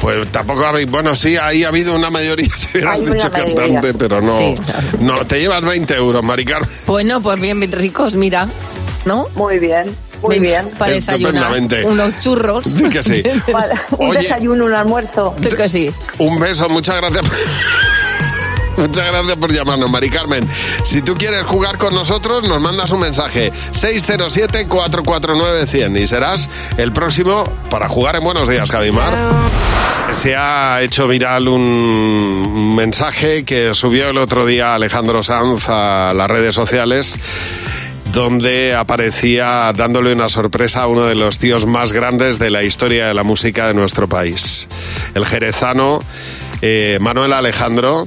S3: Pues tampoco habéis. Bueno, sí, ahí ha habido una mayoría. Si hubieras
S4: Hay una
S3: dicho
S4: mayoría.
S3: cantante, pero no.
S4: Sí, claro.
S3: No, te llevas 20 euros, Mari Carmen.
S4: Bueno, pues bien, bien ricos, mira. ¿No?
S20: Muy bien,
S4: muy bien. Para desayunar.
S3: Estupendamente.
S4: Unos churros.
S3: Di que sí.
S20: un
S3: Oye.
S20: desayuno, un almuerzo.
S4: Di que sí.
S3: Un beso, muchas gracias. Muchas gracias por llamarnos, Mari Carmen. Si tú quieres jugar con nosotros, nos mandas un mensaje 607-449-100 y serás el próximo para jugar en Buenos Días, Javimar. Se ha hecho viral un mensaje que subió el otro día Alejandro Sanz a las redes sociales donde aparecía dándole una sorpresa a uno de los tíos más grandes de la historia de la música de nuestro país. El jerezano eh, Manuel Alejandro,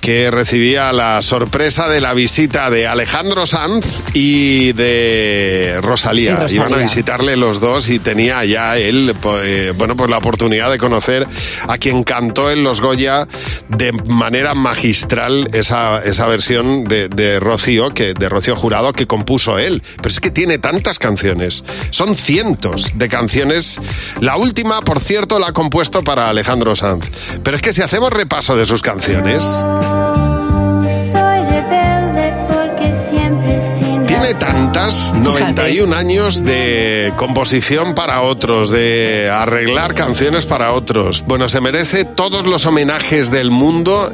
S3: que recibía la sorpresa de la visita de Alejandro Sanz y de Rosalía.
S21: Y Rosalía.
S3: Iban a visitarle los dos y tenía ya él, po- eh, bueno, pues la oportunidad de conocer a quien cantó en Los Goya de manera magistral esa, esa versión de, de Rocío, que, de Rocío Jurado, que compuso él. Pero es que tiene tantas canciones. Son cientos de canciones. La última, por cierto, la ha compuesto para Alejandro Sanz. Pero es que si hacemos repaso de sus canciones...
S22: Soy rebelde porque siempre sin
S3: Tiene tantas, 91 años de composición para otros, de arreglar canciones para otros. Bueno, se merece todos los homenajes del mundo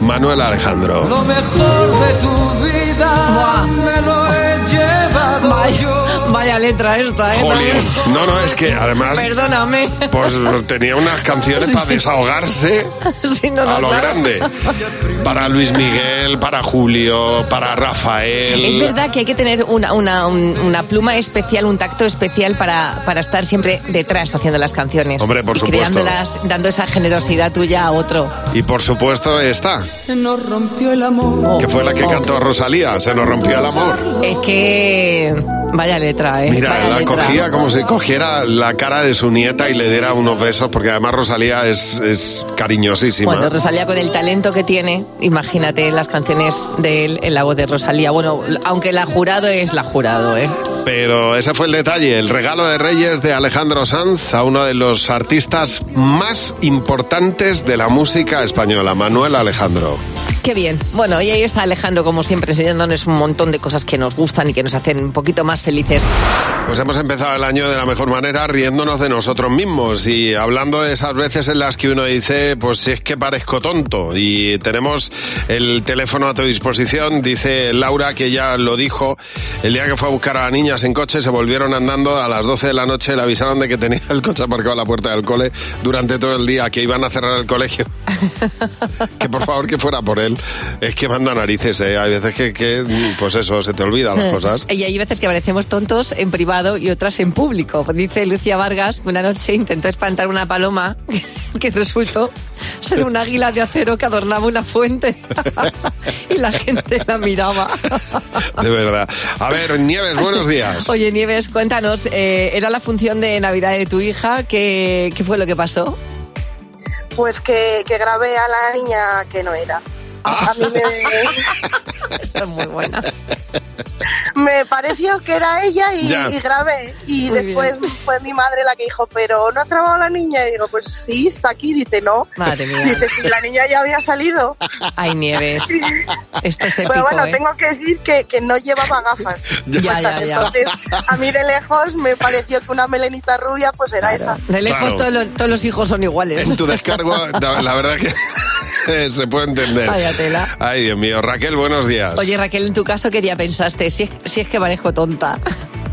S3: Manuel Alejandro.
S23: Lo mejor de tu vida me lo he llevado yo.
S4: Vaya letra esta, ¿eh?
S3: Jolín. No, no, es que además
S4: Perdóname.
S3: pues tenía unas canciones para desahogarse
S4: Sí, no, no,
S3: a lo
S4: claro.
S3: grande. Para Luis Miguel, para Julio, para Rafael.
S4: Es verdad que hay que tener una, una, un- una pluma especial, un tacto especial para, para estar siempre detrás haciendo las canciones.
S3: Hombre, por
S4: Y
S3: supuesto.
S4: creándolas, dando esa generosidad tuya a otro.
S3: Y por supuesto esta,
S23: Se nos rompió el amor.
S3: que fue la que cantó Rosalía, se nos rompió el amor.
S4: Oh, Es que. Vaya letra, ¿eh?
S3: Mira,
S4: Vaya
S3: la
S4: letra.
S3: cogía como si cogiera la cara de su nieta y le diera unos besos, porque además Rosalía es, es cariñosísima.
S4: Bueno, Rosalía con el talento que tiene, imagínate las canciones de él en la voz de Rosalía. Bueno, aunque la jurado es la jurado, ¿eh?
S3: Pero ese fue el detalle, el regalo de Reyes de Alejandro Sanz a uno de los artistas más importantes de la música española, Manuel Alejandro.
S4: Qué bien. Bueno, y ahí está Alejandro, como siempre, enseñándonos un montón de cosas que nos gustan y que nos hacen un poquito más felices.
S3: Pues hemos empezado el año de la mejor manera riéndonos de nosotros mismos y hablando de esas veces en las que uno dice, pues si es que parezco tonto y tenemos el teléfono a tu disposición, dice Laura que ya lo dijo, el día que fue a buscar a las niñas en coche se volvieron andando a las 12 de la noche, le avisaron de que tenía el coche aparcado a la puerta del cole durante todo el día, que iban a cerrar el colegio que por favor que fuera por él. Es que manda narices, ¿eh? Hay veces que, que, pues eso, se te olvidan las cosas.
S4: Y hay veces que parecemos tontos en privado y otras en público. Dice Lucia Vargas que una noche intentó espantar una paloma que resultó ser un águila de acero que adornaba una fuente y la gente la miraba.
S3: De verdad. A ver, Nieves, buenos días.
S4: Oye, Nieves, cuéntanos, eh, ¿era la función de Navidad de tu hija? ¿Qué, qué fue lo que pasó?
S24: Pues que, que grabé a la niña que no era. A mí me...
S4: Esa es muy buena.
S24: me pareció que era ella y,
S4: Ya.
S24: y grabé. Y
S4: Muy
S24: después fue mi madre la que dijo, pero ¿no has grabado a la niña? Y digo, pues sí, está aquí. Dice, no.
S4: Madre mía.
S24: Dice, si la niña ya había salido.
S4: Ay, Nieves. Esto es épico,
S24: Pero bueno,
S4: ¿eh?
S24: tengo que decir que, que no llevaba gafas. Pues
S4: Ya, ya, ya.
S24: Entonces, a mí de lejos me pareció que una melenita rubia pues era esa.
S4: De lejos
S3: Claro.
S4: todos, los, todos los hijos son iguales.
S3: En tu descargo, la la verdad que se puede entender.
S4: Vaya tela.
S3: Ay, Dios mío. Raquel, buenos días.
S4: Oye, Raquel, en tu caso, ¿qué día pensaste? Si es, si es que parezco tonta.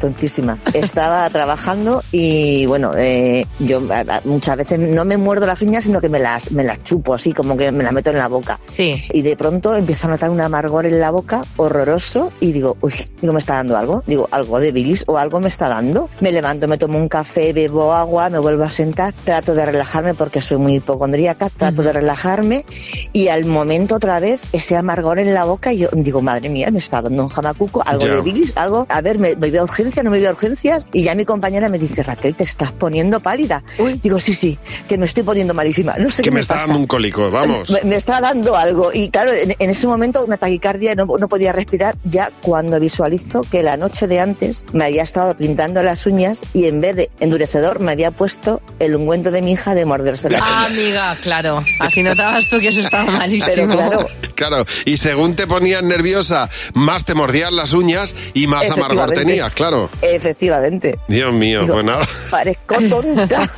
S25: tontísima. Estaba trabajando y bueno, eh, yo a- a- muchas veces no me muerdo las uñas, sino que me las, me las chupo así, como que me las meto en la boca.
S4: Sí.
S25: Y de pronto empiezo a notar un amargor en la boca horroroso y digo, uy, digo, me está dando algo, digo, algo de bilis o algo me está dando. Me levanto, me tomo un café, bebo agua, me vuelvo a sentar, trato de relajarme porque soy muy hipocondríaca, trato de relajarme y al momento otra vez ese amargor en la boca y yo digo, madre mía, me está dando un jamacuco, algo
S26: Ya.
S25: de bilis bilis, algo. A ver, me, me voy a urgencias, no me voy a urgencias. Y ya mi compañera me dice, Raquel, te estás poniendo pálida. Digo, sí, sí, que me estoy poniendo malísima. No sé
S3: que
S25: qué
S3: me
S25: me
S3: está
S25: pasa.
S3: dando un cólico, vamos.
S25: Me, me está dando algo. Y claro, en, en ese momento una taquicardia, no, no podía respirar. Ya cuando visualizo que la noche de antes me había estado pintando las uñas y en vez de endurecedor me había puesto el ungüento de mi hija de morderse la
S4: Ah, amiga, claro. Así notabas tú que eso estaba malísimo.
S25: Pero claro.
S3: Claro, y según te ponías nerviosa, más te mordías las uñas y más amargor
S25: Efectivamente.
S3: tenías, claro.
S25: Efectivamente.
S3: Dios mío,
S25: Digo,
S3: pues nada.
S25: Parezco tonta.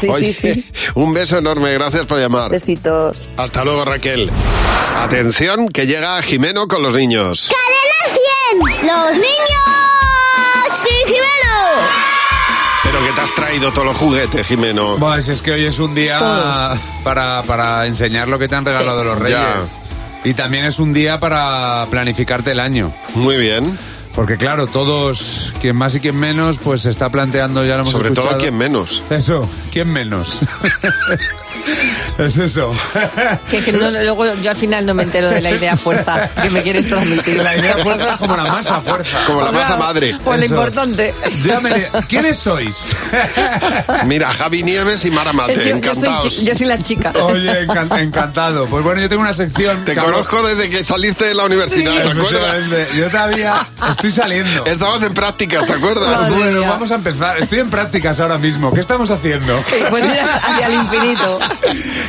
S25: Sí,
S3: Oye,
S25: sí, sí.
S3: Un beso enorme, gracias por llamar.
S25: Besitos.
S3: Hasta luego, Raquel. Atención, que llega Jimeno con los niños.
S22: ¡Cadena 100! ¡Los niños! ¡Sí,
S3: Pero que te has traído todos los juguetes, Jimeno.
S27: Pues es que hoy es un día
S3: Todos.
S27: para, para enseñar lo que te han regalado
S3: Sí.
S27: los reyes. Y también es un día para planificarte el año.
S3: Muy bien.
S27: Porque claro, todos, quien más y quien menos, pues se está planteando, ya lo hemos
S3: Sobre todo
S27: escuchado.
S3: quien menos.
S27: Eso, quien menos. Es eso.
S4: Que, es que no- luego yo al final no me entero de la idea fuerza que me quieres transmitir.
S27: La idea fuerza es como la masa fuerza.
S3: Como la
S4: Hombre,
S3: masa madre.
S4: Pues lo
S27: Eso.
S4: importante.
S27: Llámele. ¿Quiénes sois?
S3: Mira, Javi Nieves y Mara
S4: Yo-
S3: Mate,
S4: yo, soy,
S3: encantados.
S4: chi- yo soy la chica.
S27: Oye, encan- encantado. Pues bueno, yo tengo una sección.
S3: Te
S27: Carlos.
S3: conozco desde que saliste de la universidad, ¿te acuerdas?
S27: Efectivamente. Yo todavía estoy saliendo.
S3: Estábamos en prácticas, ¿te acuerdas?
S27: Pues bueno, vamos a empezar. Estoy en prácticas ahora mismo. ¿Qué estamos haciendo?
S4: Pues ir hacia el infinito.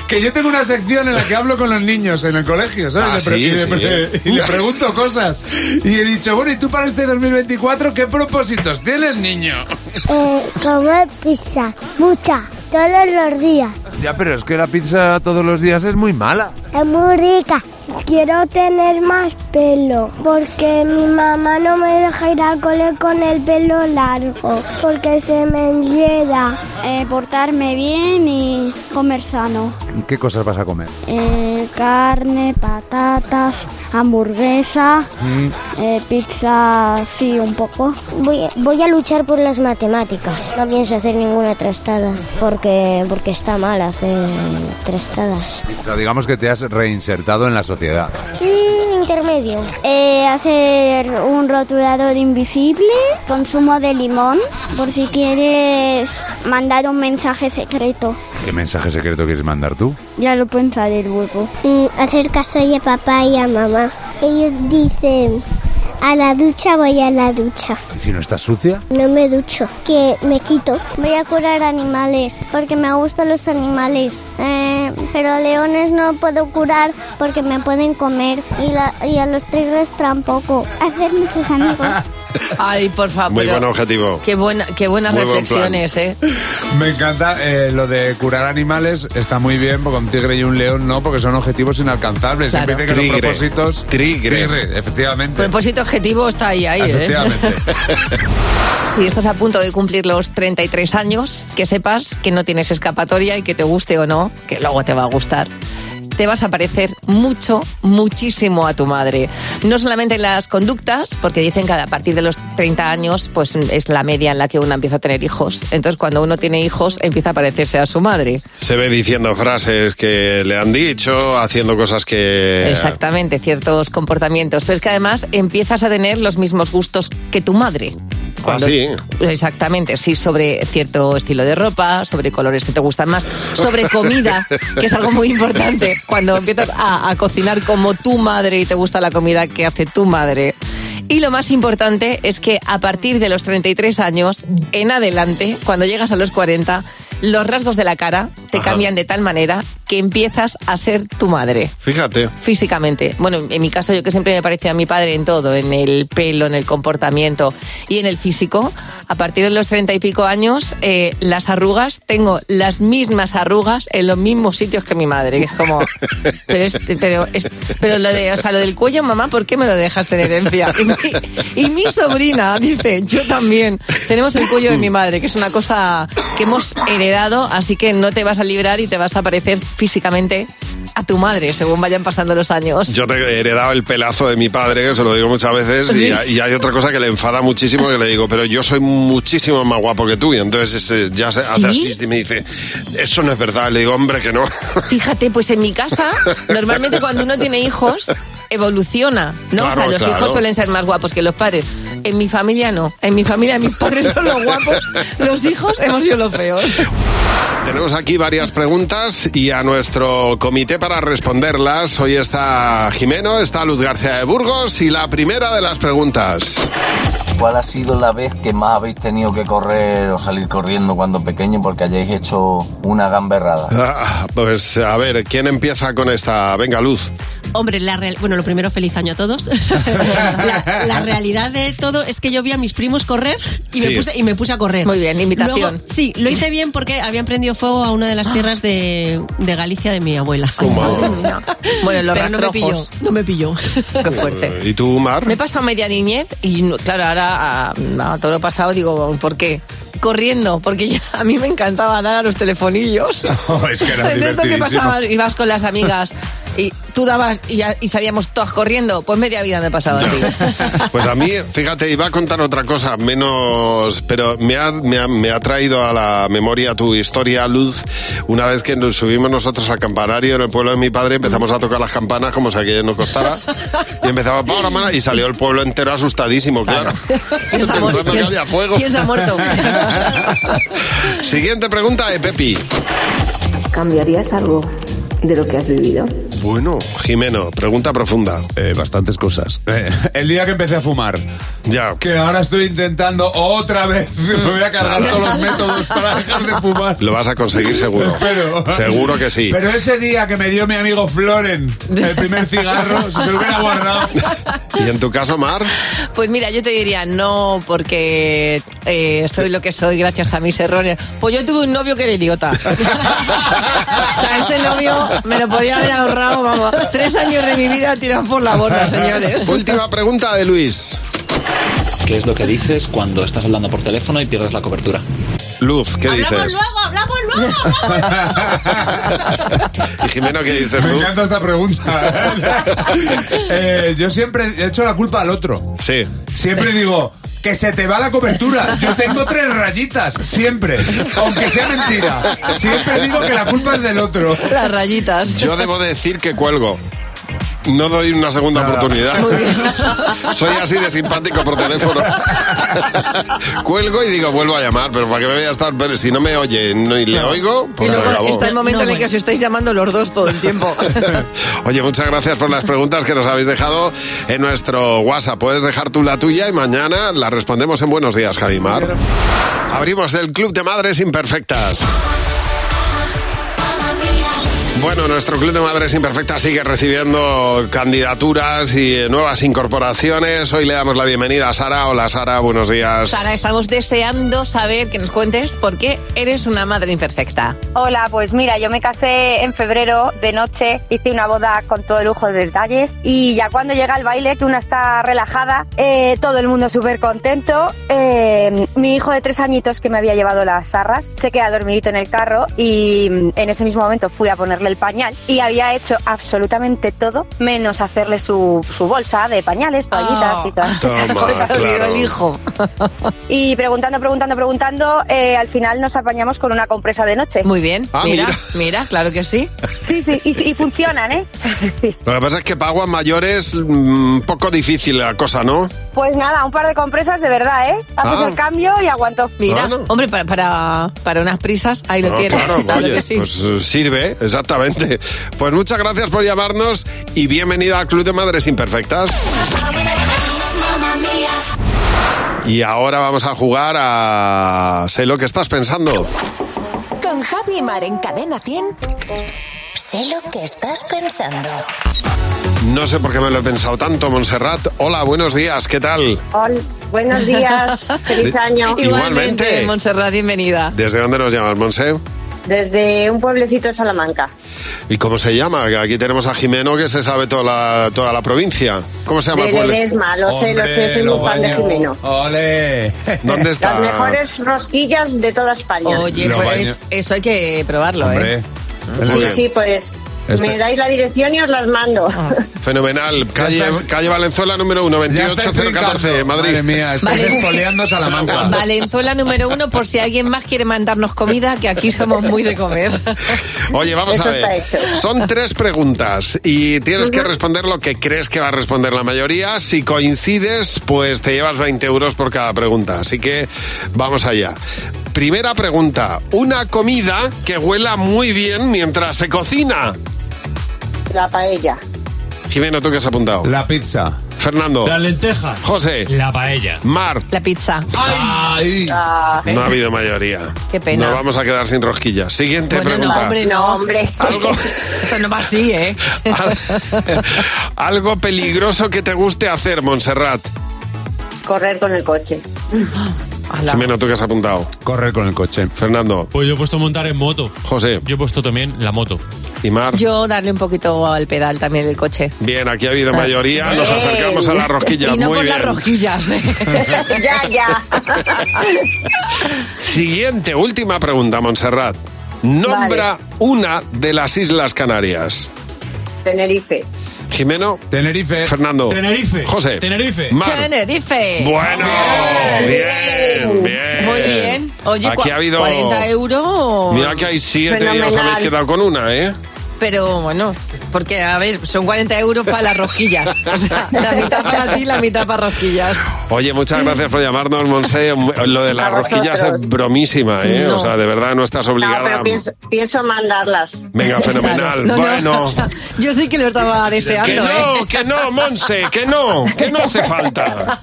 S27: Que yo tengo una sección en la que hablo con los niños en el colegio, ¿sabes?
S3: Ah,
S27: Y le
S3: sí,
S27: pre- y, le
S3: sí.
S27: pre- y le pregunto cosas. Y he dicho, bueno, ¿y tú para este 2024 qué propósitos tienes, niño?
S22: Eh, comer pizza, mucha, todos los días.
S27: Ya, pero es que la pizza todos los días es muy mala.
S22: Es muy rica. Quiero tener más pelo porque mi mamá no me deja ir al cole con el pelo largo porque se me enreda. Eh, portarme bien y comer sano. Eh,
S27: ¿Qué cosas vas a comer?
S22: carne, patatas, hamburguesa,
S27: Mm.
S22: eh, pizza, sí, un poco. Voy, voy a luchar por las matemáticas. No pienso hacer ninguna trastada porque, porque está mal hacer trastadas.
S27: digamos que te has reinsertado en la sociedad.
S22: Mm, intermedio. Eh, hacer un rotulador invisible, consumo de limón, por si quieres mandar un mensaje secreto.
S27: ¿Qué mensaje secreto quieres mandar tú?
S22: Ya lo pensaré luego. Mm, hacer caso a papá y a mamá. Ellos dicen, a la ducha voy a la ducha.
S27: ¿Y si no estás sucia?
S22: No me ducho, que me quito. Voy a curar animales, porque me gustan los animales. Eh, pero leones no puedo curar porque me pueden comer. Y, la- y a los tigres tampoco. Hacer muchos amigos.
S4: Ay, por favor.
S3: Muy
S4: pero
S3: buen objetivo.
S4: Qué, buena, qué buenas
S27: Muy buen
S4: reflexiones, ¿eh?
S27: Me encanta eh, lo de curar animales, está muy bien, porque un tigre y un león no, porque son objetivos inalcanzables.
S4: Claro.
S27: Siempre dicen que
S3: Tigre.
S27: los propósitos.
S3: Tigre.
S27: efectivamente.
S4: Propósito objetivo está ahí, ahí, ¿eh?
S27: efectivamente.
S4: Si estás a punto de cumplir los 33 años, que sepas que no tienes escapatoria y que te guste o no, que luego te va a gustar. Te vas a parecer mucho, muchísimo a tu madre. No solamente en las conductas, porque dicen que a partir de los 30 años, pues es la media en la que uno empieza a tener hijos. Entonces, cuando uno tiene hijos, empieza a parecerse a su madre.
S3: Se ve diciendo frases que le han dicho, haciendo cosas que...
S4: Exactamente, ciertos comportamientos. Pero es que además empiezas a tener los mismos gustos que tu madre. Cuando-
S3: Ah, sí.
S4: Exactamente, sí, sobre cierto estilo de ropa, sobre colores que te gustan más, sobre comida, que es algo muy importante. Cuando empiezas a, a cocinar como tu madre y te gusta la comida que hace tu madre. Y lo más importante es que a partir de los 33 años en adelante, cuando llegas a los 40, los rasgos de la cara te cambian de tal manera que empiezas a ser tu madre
S3: Fíjate.
S4: físicamente. Bueno, en mi caso yo que siempre me parecía a mi padre en todo, en el pelo, en el comportamiento y en el físico. A partir de los treinta y pico años, eh, las arrugas, tengo las mismas arrugas en los mismos sitios que mi madre, que es como... Pero, es- pero, es- pero lo, de, o sea, lo del cuello, mamá, ¿por qué me lo dejas en herencia? Y mi, y mi sobrina dice, yo también, tenemos el cuello de mi madre, que es una cosa que hemos heredado, así que no te vas a librar y te vas a parecer físicamente a tu madre según vayan pasando los años.
S3: Yo te he heredado el pelazo de mi padre, que se lo digo muchas veces, y, ha- y hay otra cosa que le enfada muchísimo, que le digo, pero yo soy muchísimo más guapo que tú, y entonces eh, ya se hace así y me dice, eso no es verdad, le digo, hombre, que no.
S4: Fíjate, pues en mi casa, normalmente cuando uno tiene hijos, evoluciona, ¿no? o sea,
S3: Claro,
S4: los
S3: claro.
S4: hijos suelen ser más guapos que los padres. En mi familia no. En mi familia mis padres son los guapos, los hijos hemos sido los feos.
S3: Tenemos aquí varias preguntas y a nuestro comité para responderlas. Hoy está Jimeno, está Luz García de Burgos y la primera de las preguntas.
S1: ¿Cuál ha sido la vez que más habéis tenido que correr o salir corriendo cuando pequeño porque hayáis hecho una gamberrada?
S3: Ah, pues a ver, ¿quién empieza con esta? Venga, Luz.
S2: Hombre, la real- bueno, lo primero, feliz año a todos. la, la realidad de todo es que yo vi a mis primos correr y,
S4: Sí.
S2: me, puse, y me puse a correr.
S4: Muy bien, invitación.
S2: Luego, sí, lo hice bien porque habían prendido fuego a una de las tierras de, de Galicia de mi abuela.
S4: Bueno, los
S2: Pero no me pilló,
S4: rastrojos.
S2: no me pilló.
S4: Qué fuerte.
S3: ¿Y tú, Mar?
S4: Me he pasado media niñez y, no- claro, ahora a, a todo lo pasado digo, ¿por qué? Corriendo, porque ya a mí me encantaba dar a los telefonillos.
S27: Oh, es que era
S4: Entonces, ¿tú qué
S27: divertidísimo.
S4: pasaba? Ibas con las amigas y tú dabas y, ya- y salíamos todas corriendo. Pues media vida me he pasado así.
S3: Pues a mí, fíjate, iba a contar otra cosa, menos, pero me ha, me ha- me ha traído a la memoria tu historia, Luz. Una vez que nos subimos nosotros al campanario en el pueblo de mi padre, empezamos a tocar las campanas como si aquello no costara. Y empezaba, "Para, para", y salió el pueblo entero asustadísimo, claro.
S4: ¿Quién se ha muerto?
S3: Pensando que había fuego.
S4: ¿Quién se ha muerto?
S3: Siguiente pregunta de Pepi.
S5: ¿Cambiarías algo de lo que has vivido?
S3: Bueno, Jimeno, pregunta profunda.
S27: Eh, bastantes cosas. Eh, el día que empecé a fumar.
S3: Ya.
S27: Que ahora estoy intentando otra vez. Me voy a cargar todos los métodos para dejar de fumar.
S3: Lo vas a conseguir seguro.
S27: Espero.
S3: Seguro que sí.
S27: Pero ese día que me dio mi amigo Floren el primer cigarro, si se lo hubiera guardado.
S3: ¿Y en tu caso, Mar?
S4: Pues mira, yo te diría no, porque eh, soy lo que soy gracias a mis errores. Pues yo tuve un novio que era idiota. o sea, ese novio me lo podía haber ahorrado, vamos, tres años de mi vida tiran por la borda, señores.
S3: Última pregunta de Luis.
S6: ¿Qué es lo que dices cuando estás hablando por teléfono y pierdes la cobertura?
S3: Luz, ¿qué dices?
S2: luego, hablamos luego.
S3: Y Jimeno, ¿qué dices
S27: Me
S3: tú?
S27: encanta esta pregunta. Eh, yo siempre he hecho la culpa al otro.
S3: Sí.
S27: Siempre digo. Que se te va la cobertura. Yo tengo tres rayitas, siempre. Aunque sea mentira. Siempre digo que la culpa es del otro.
S4: Las rayitas.
S3: Yo debo decir que cuelgo. No doy una segunda oportunidad. Soy así de simpático por teléfono. Cuelgo y digo, vuelvo a llamar, pero para que me voy a estar, pero si no me oye no- y le oigo,
S4: y
S3: pues se
S4: luego
S3: acabó.
S4: está el momento en el que os estáis llamando los dos todo el tiempo.
S3: Oye, muchas gracias por las preguntas que nos habéis dejado en nuestro WhatsApp. Puedes dejar tú la tuya y mañana la respondemos en Buenos Días, Javimar. Abrimos el Club de Madres Imperfectas. Bueno, nuestro Club de Madres Imperfectas sigue recibiendo candidaturas y eh, nuevas incorporaciones. Hoy le damos la bienvenida a Sara. Hola Sara, buenos días.
S4: Sara, estamos deseando saber que nos cuentes por qué eres una madre imperfecta.
S7: Hola, pues mira, yo me casé en febrero de noche, hice una boda con todo el lujo de detalles y ya cuando llega el baile, que una está relajada, eh, todo el mundo súper contento. eh, mi hijo de tres añitos que me había llevado las sarras se queda dormidito en el carro y mm, en ese mismo momento fui a ponerle el pañal y había hecho absolutamente todo menos hacerle su, su bolsa de pañales, toallitas
S2: Ah.
S7: y todas esas
S3: Toma,
S7: cosas.
S3: claro.
S7: Y preguntando, preguntando, preguntando, eh, al final nos apañamos con una compresa de noche.
S4: Muy bien.
S3: Ah,
S4: mira, mira, claro que sí.
S7: Sí, sí, y, y funcionan, ¿eh?
S3: Lo que pasa es que para aguas mayores, mm, un poco difícil la cosa, ¿no?
S7: Pues nada, un par de compresas de verdad, ¿eh? Haces
S3: Ah.
S7: el cambio y aguantó.
S4: Mira, hombre, para, para, para unas prisas, ahí lo
S3: No,
S4: tienes.
S3: claro,
S4: claro
S3: oye,
S4: que sí.
S3: pues eh, sirve, exactamente. Pues muchas gracias por llamarnos y bienvenida al Club de Madres Imperfectas. Y ahora vamos a jugar a... Sé lo que estás pensando.
S20: Con Javi Mar en Cadena 100. Sé lo que estás pensando.
S3: No sé por qué me lo he pensado tanto, Montserrat. Hola, buenos días, ¿qué tal?
S7: Hola, buenos
S4: días,
S7: feliz año.
S4: Igualmente,
S3: Igualmente.
S4: Montserrat, bienvenida.
S3: ¿Desde dónde nos llamas, Monse?
S7: Desde un pueblecito de Salamanca.
S3: ¿Y cómo se llama? Que Aquí tenemos a Jimeno que se sabe toda la, toda la provincia. ¿Cómo se llama? el
S7: De
S3: pueblo?
S7: Ledesma, lo sé, lo sé, soy muy fan de Jimeno.
S27: ¡Ole!
S3: ¿Dónde está?
S7: Las mejores rosquillas de toda España.
S4: Oye, pero es- eso hay que probarlo, ¿eh?
S7: Sí, sí, pues
S3: Este- Ah.
S7: me dais la dirección y os las mando.
S3: Fenomenal. Calle, calle Valenzuela número 1, 28014, Madrid.
S27: Madre mía, estás
S3: Vale.
S27: espoleando Salamanca.
S4: Valenzuela número uno, por si alguien más quiere mandarnos comida, que aquí somos muy de comer.
S3: Oye, vamos
S4: Eso
S3: a ver.
S4: está hecho.
S3: Son tres preguntas y tienes que
S4: Ujú.
S3: responder lo que crees que va a responder la mayoría. Si coincides, pues te llevas 20 euros por cada pregunta. Así que vamos allá. Primera pregunta. Una comida que huela muy bien mientras se cocina.
S7: La paella.
S3: Jimeno, ¿tú qué has apuntado?
S27: La pizza.
S3: Fernando.
S27: La
S13: lenteja.
S3: José.
S13: La paella.
S3: Mar.
S4: La pizza.
S7: Ah,
S3: No ha habido mayoría.
S4: Qué pena.
S3: Nos vamos a quedar sin rosquillas. Siguiente
S4: Bueno, no,
S3: pregunta.
S4: hombre, no,
S7: hombre.
S4: Esto no va así, ¿eh?
S3: Algo peligroso que te guste hacer, Montserrat.
S7: Correr con el coche.
S3: Jimeno, ¿tú qué has apuntado?
S27: Correr con el coche.
S3: Fernando.
S13: Pues yo he puesto montar en moto.
S3: José.
S13: Yo he puesto también la moto.
S3: Y Mar.
S4: Yo darle un poquito al pedal también del coche.
S3: Bien, aquí ha habido mayoría. Nos
S4: Bien.
S3: acercamos a las rosquillas.
S4: Eh, Y no
S3: Muy
S4: por
S3: bien.
S4: las ¿eh? rosquillas.
S7: ya, ya.
S3: Siguiente, última pregunta, Montserrat. Nombra una de las Islas Canarias.
S24: Tenerife.
S3: Jimeno.
S27: Tenerife.
S3: Fernando.
S27: Tenerife.
S3: José.
S27: Tenerife.
S3: Mar.
S4: Tenerife.
S3: Bueno, bien, bien.
S4: Muy bien. Oye,
S3: Aquí
S4: cua-
S3: ha habido-
S4: 40 euros.
S3: Mira que hay siete y os
S4: Fenomenal.
S3: habéis quedado con una, ¿eh?
S4: Pero bueno, porque a ver, son 40 euros para las rosquillas. O sea, la mitad para ti, la mitad para rosquillas.
S3: Oye, muchas gracias por llamarnos, Monse. Lo de las rosquillas es bromísima, ¿eh?
S24: No.
S3: O sea, de verdad no estás
S24: No,
S3: obligada.
S24: pero pienso, pienso mandarlas.
S3: Venga, fenomenal.
S24: Claro. No, no.
S3: bueno.
S4: Yo sí que lo estaba
S3: Que
S4: deseando, ¿eh?
S3: no, que no, Monse, que no, que no hace falta.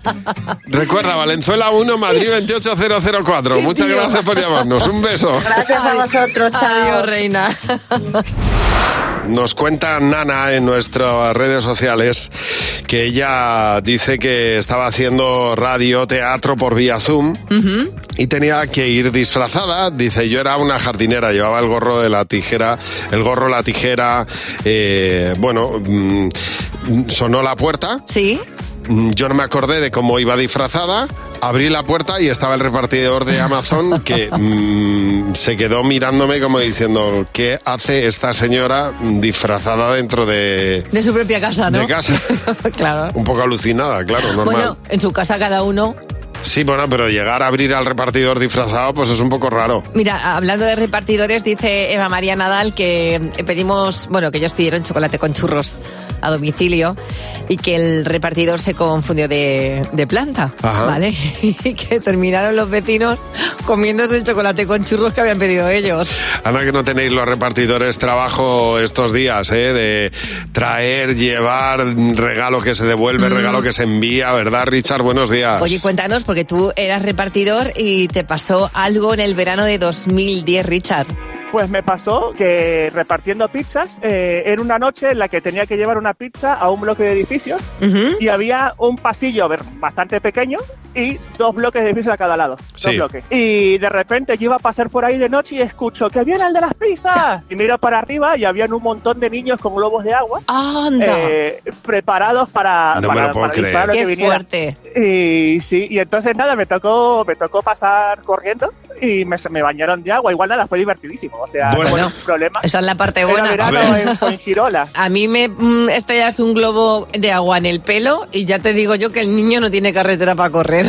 S3: Recuerda, Valenzuela 1, Madrid 28004. Muchas
S24: tío.
S3: gracias por llamarnos. Un beso.
S24: Gracias a vosotros, chao.
S4: Adiós, reina.
S3: Nos cuenta Nana en nuestras redes sociales que ella dice que estaba haciendo radio, teatro por vía Zoom. Y tenía que ir disfrazada, dice, yo era una jardinera, llevaba el gorro de la tijera, el gorro, la tijera, eh, bueno, mm, mm, sonó la puerta.
S4: Sí.
S3: Mm, Yo no me acordé de cómo iba disfrazada, abrí la puerta y estaba el repartidor de Amazon que mm, se quedó mirándome como diciendo, ¿qué hace esta señora disfrazada dentro de,
S4: De su propia casa, Ah, ¿no?
S3: de casa?
S4: claro.
S3: Un poco alucinada, claro, normal.
S4: Bueno, en su casa cada uno.
S3: Sí, bueno, pero llegar a abrir al repartidor disfrazado, pues es un poco raro.
S4: Mira, hablando de repartidores, dice Eva María Nadal que pedimos, bueno, que ellos pidieron chocolate con churros a domicilio y que el repartidor se confundió de, de planta,
S3: Ajá.
S4: ¿vale? Y que terminaron los vecinos comiéndose el chocolate con churros que habían pedido ellos.
S3: Ahora que no tenéis los repartidores trabajo estos días, ¿eh? De traer, llevar, regalo que se devuelve, regalo que se envía, ¿verdad, Richard? Buenos días.
S4: Mm. Oye, cuéntanos, porque tú eras repartidor y te pasó algo en el verano de 2010, Richard.
S8: Pues me pasó que repartiendo pizzas eh, era una noche en la que tenía que llevar una pizza a un bloque de edificios y había un pasillo a ver, bastante pequeño y dos bloques de edificios a cada lado. Dos
S9: Sí.
S8: bloques. Y de repente yo iba a pasar por ahí de noche y escucho que viene el de las pizzas. Y miro para arriba y habían un montón de niños con globos de agua
S4: ¡Anda!
S8: eh, preparados para,
S3: No me
S8: para,
S3: lo puedo
S8: para disparar
S3: creer.
S8: lo
S3: Qué
S8: que viniera.
S4: fuerte.
S8: Y sí, y entonces nada, me tocó, me tocó pasar corriendo y me, me bañaron de agua. Igual nada, fue divertidísimo. O sea,
S3: Bueno.
S8: no fue un problema.
S4: Esa es la parte
S8: Era
S4: buena.
S8: verano A ver. en Fuengirola.
S4: A mí me mm, estallas un globo de agua en el pelo y ya te digo yo que el niño no tiene carretera para correr.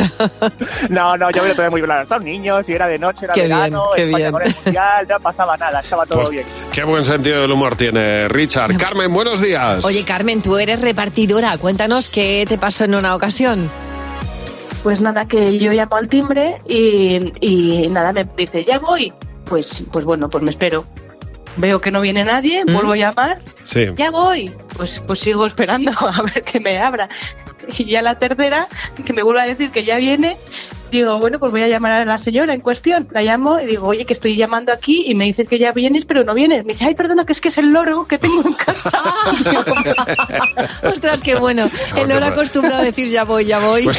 S8: No, no, yo me lo tomé muy bien. Son niños y era de noche, era
S4: Qué
S8: verano,
S4: bien, qué
S8: España
S4: bien.
S8: con el mundial, no pasaba nada, estaba todo bien.
S3: Pues Qué buen sentido del humor tiene Richard. Carmen, buenos días.
S4: Oye, Carmen, tú eres repartidora. Cuéntanos qué te pasó en una ocasión.
S10: Pues nada, que yo llamo al timbre y, y nada, me dice, ya voy. Pues, pues bueno, pues me espero. Veo que no viene nadie, vuelvo
S7: Mm.
S10: a llamar,
S3: Sí.
S10: ya voy. Pues, pues sigo esperando a ver que me abra. Y ya la tercera, que me vuelve a decir que ya viene, digo, bueno, pues voy a llamar a la señora en cuestión. La llamo y digo, oye, que estoy llamando aquí y me dices que ya vienes, pero no vienes. Me dice, ay, perdona, que es que es el loro que tengo en casa.
S4: Ostras, qué bueno. El
S3: qué
S4: hora
S3: mal.
S4: acostumbrado a decir ya voy, ya voy.
S3: Pues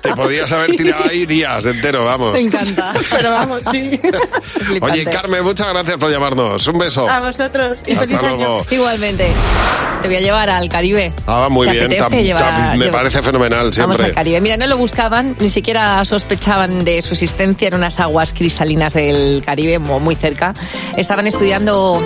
S3: Te podías haber tirado ahí días entero, vamos.
S4: Me encanta.
S10: Pero vamos, sí.
S3: Oye, Carmen, muchas gracias por llamarnos. Un beso.
S4: Ah,
S10: A vosotros.
S3: y Hasta feliz año. luego.
S4: Igualmente. Te voy a llevar al Caribe.
S3: Ah, va muy
S4: ¿Te
S3: bien.
S4: apetece
S3: tam-
S4: llevar-
S3: tam- me
S4: llevar-
S3: parece fenomenal
S4: Vamos
S3: siempre.
S4: al Caribe. Mira, no lo buscaban, ni siquiera sospechaban de su existencia en unas aguas cristalinas del Caribe, mo- muy cerca. Estaban estudiando,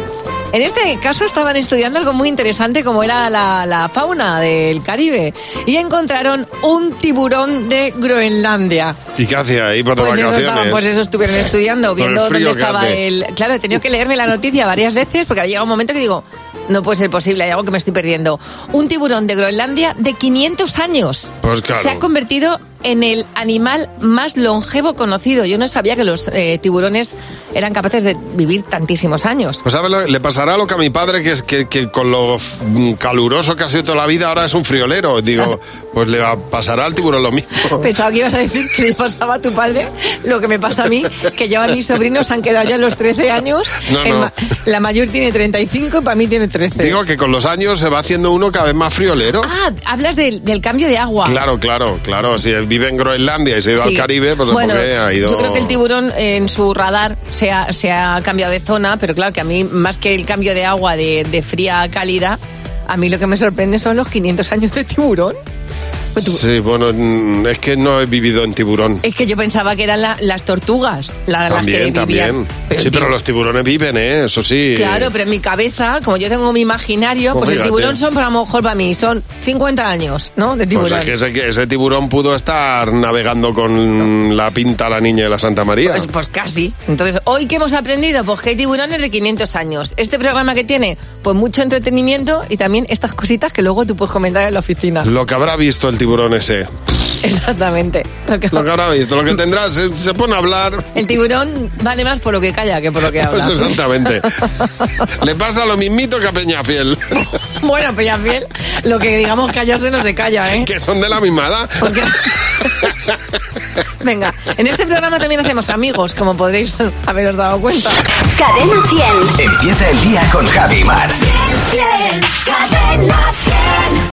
S4: en este caso estaban estudiando algo muy interesante como era la, la fauna del Caribe. Y encontraron un tiburón de Groenlandia.
S3: ¿Y qué hacía ahí por
S4: Pues eso,
S3: vacaciones?
S4: estaban- pues eso estuvieron estudiando,
S3: Con el
S4: viendo
S3: frío
S4: dónde
S3: que
S4: estaba
S3: hace.
S4: el... Claro, he tenido que leerme la noticia varias veces porque ha llegado un momento que digo, no puede ser posible, hay algo que me estoy perdiendo. Un tiburón de Groenlandia de 500 años.
S3: Pues claro.
S4: Se ha convertido en el animal más longevo conocido. Yo no sabía que los eh, tiburones eran capaces de vivir tantísimos años.
S3: Pues ¿sabes? lo- Le pasará lo que a mi padre, que es que, que con lo f- mm, caluroso que ha sido toda la vida, ahora es un friolero. Digo, pues le va- pasará al tiburón lo mismo.
S4: Pensaba que ibas a decir que le pasaba a tu padre lo que me pasa a mí, que yo a mis sobrinos han quedado ya en los 13 años.
S3: No,
S4: El
S3: no.
S4: ma- la mayor tiene 35 y para mí tiene 13.
S3: Digo que con los años se va haciendo uno cada vez más friolero.
S4: Ah, hablas del, del cambio de agua.
S3: Claro, claro, claro. Si él vive en Groenlandia y se ha ido
S4: Ah. Sí.
S3: al Caribe, pues
S4: Bueno,
S3: porque ha ido.
S4: Yo creo que el tiburón eh, en su radar se ha, se ha cambiado de zona, pero claro que a mí, más que el cambio de agua de, de fría a cálida, a mí lo que me sorprende son los 500 años de tiburón.
S3: Sí, bueno, mm, es que no he vivido en tiburón.
S4: Es que yo pensaba que eran la- las tortugas la-
S3: También,
S4: las que vivían.
S3: también. sí, pero los tiburones viven, ¿eh? Eso sí.
S4: Claro, pero en mi cabeza, como yo tengo mi imaginario,
S3: Pues
S4: pues, el
S3: fíjate.
S4: tiburón son, para a lo mejor para mí, son 50 años, ¿no? De tiburón.
S3: Pues es que ese, que ese tiburón pudo estar navegando con la pinta la niña de la Santa María.
S4: Pues, pues casi. Entonces, ¿hoy qué hemos aprendido? Pues que hay tiburones de 500 años. Este programa que tiene, pues mucho entretenimiento y también estas cositas que luego tú puedes comentar en la oficina.
S3: Lo que habrá visto el tiburón ese.
S4: Exactamente. Lo que-
S3: Lo que habrá visto, lo que tendrá, se, se pone a hablar.
S4: El tiburón vale más por lo que calla que por lo que habla.
S3: Pues exactamente. Le pasa lo mismito que a Peñafiel.
S4: Bueno, Peñafiel, lo que digamos callarse no se calla, ¿eh?
S3: que son de la misma edad.
S4: Venga, en este programa también hacemos amigos, como podréis haberos dado cuenta.
S20: Cadena 100.
S9: Empieza el día con Javi Mar.
S20: Cadena 100.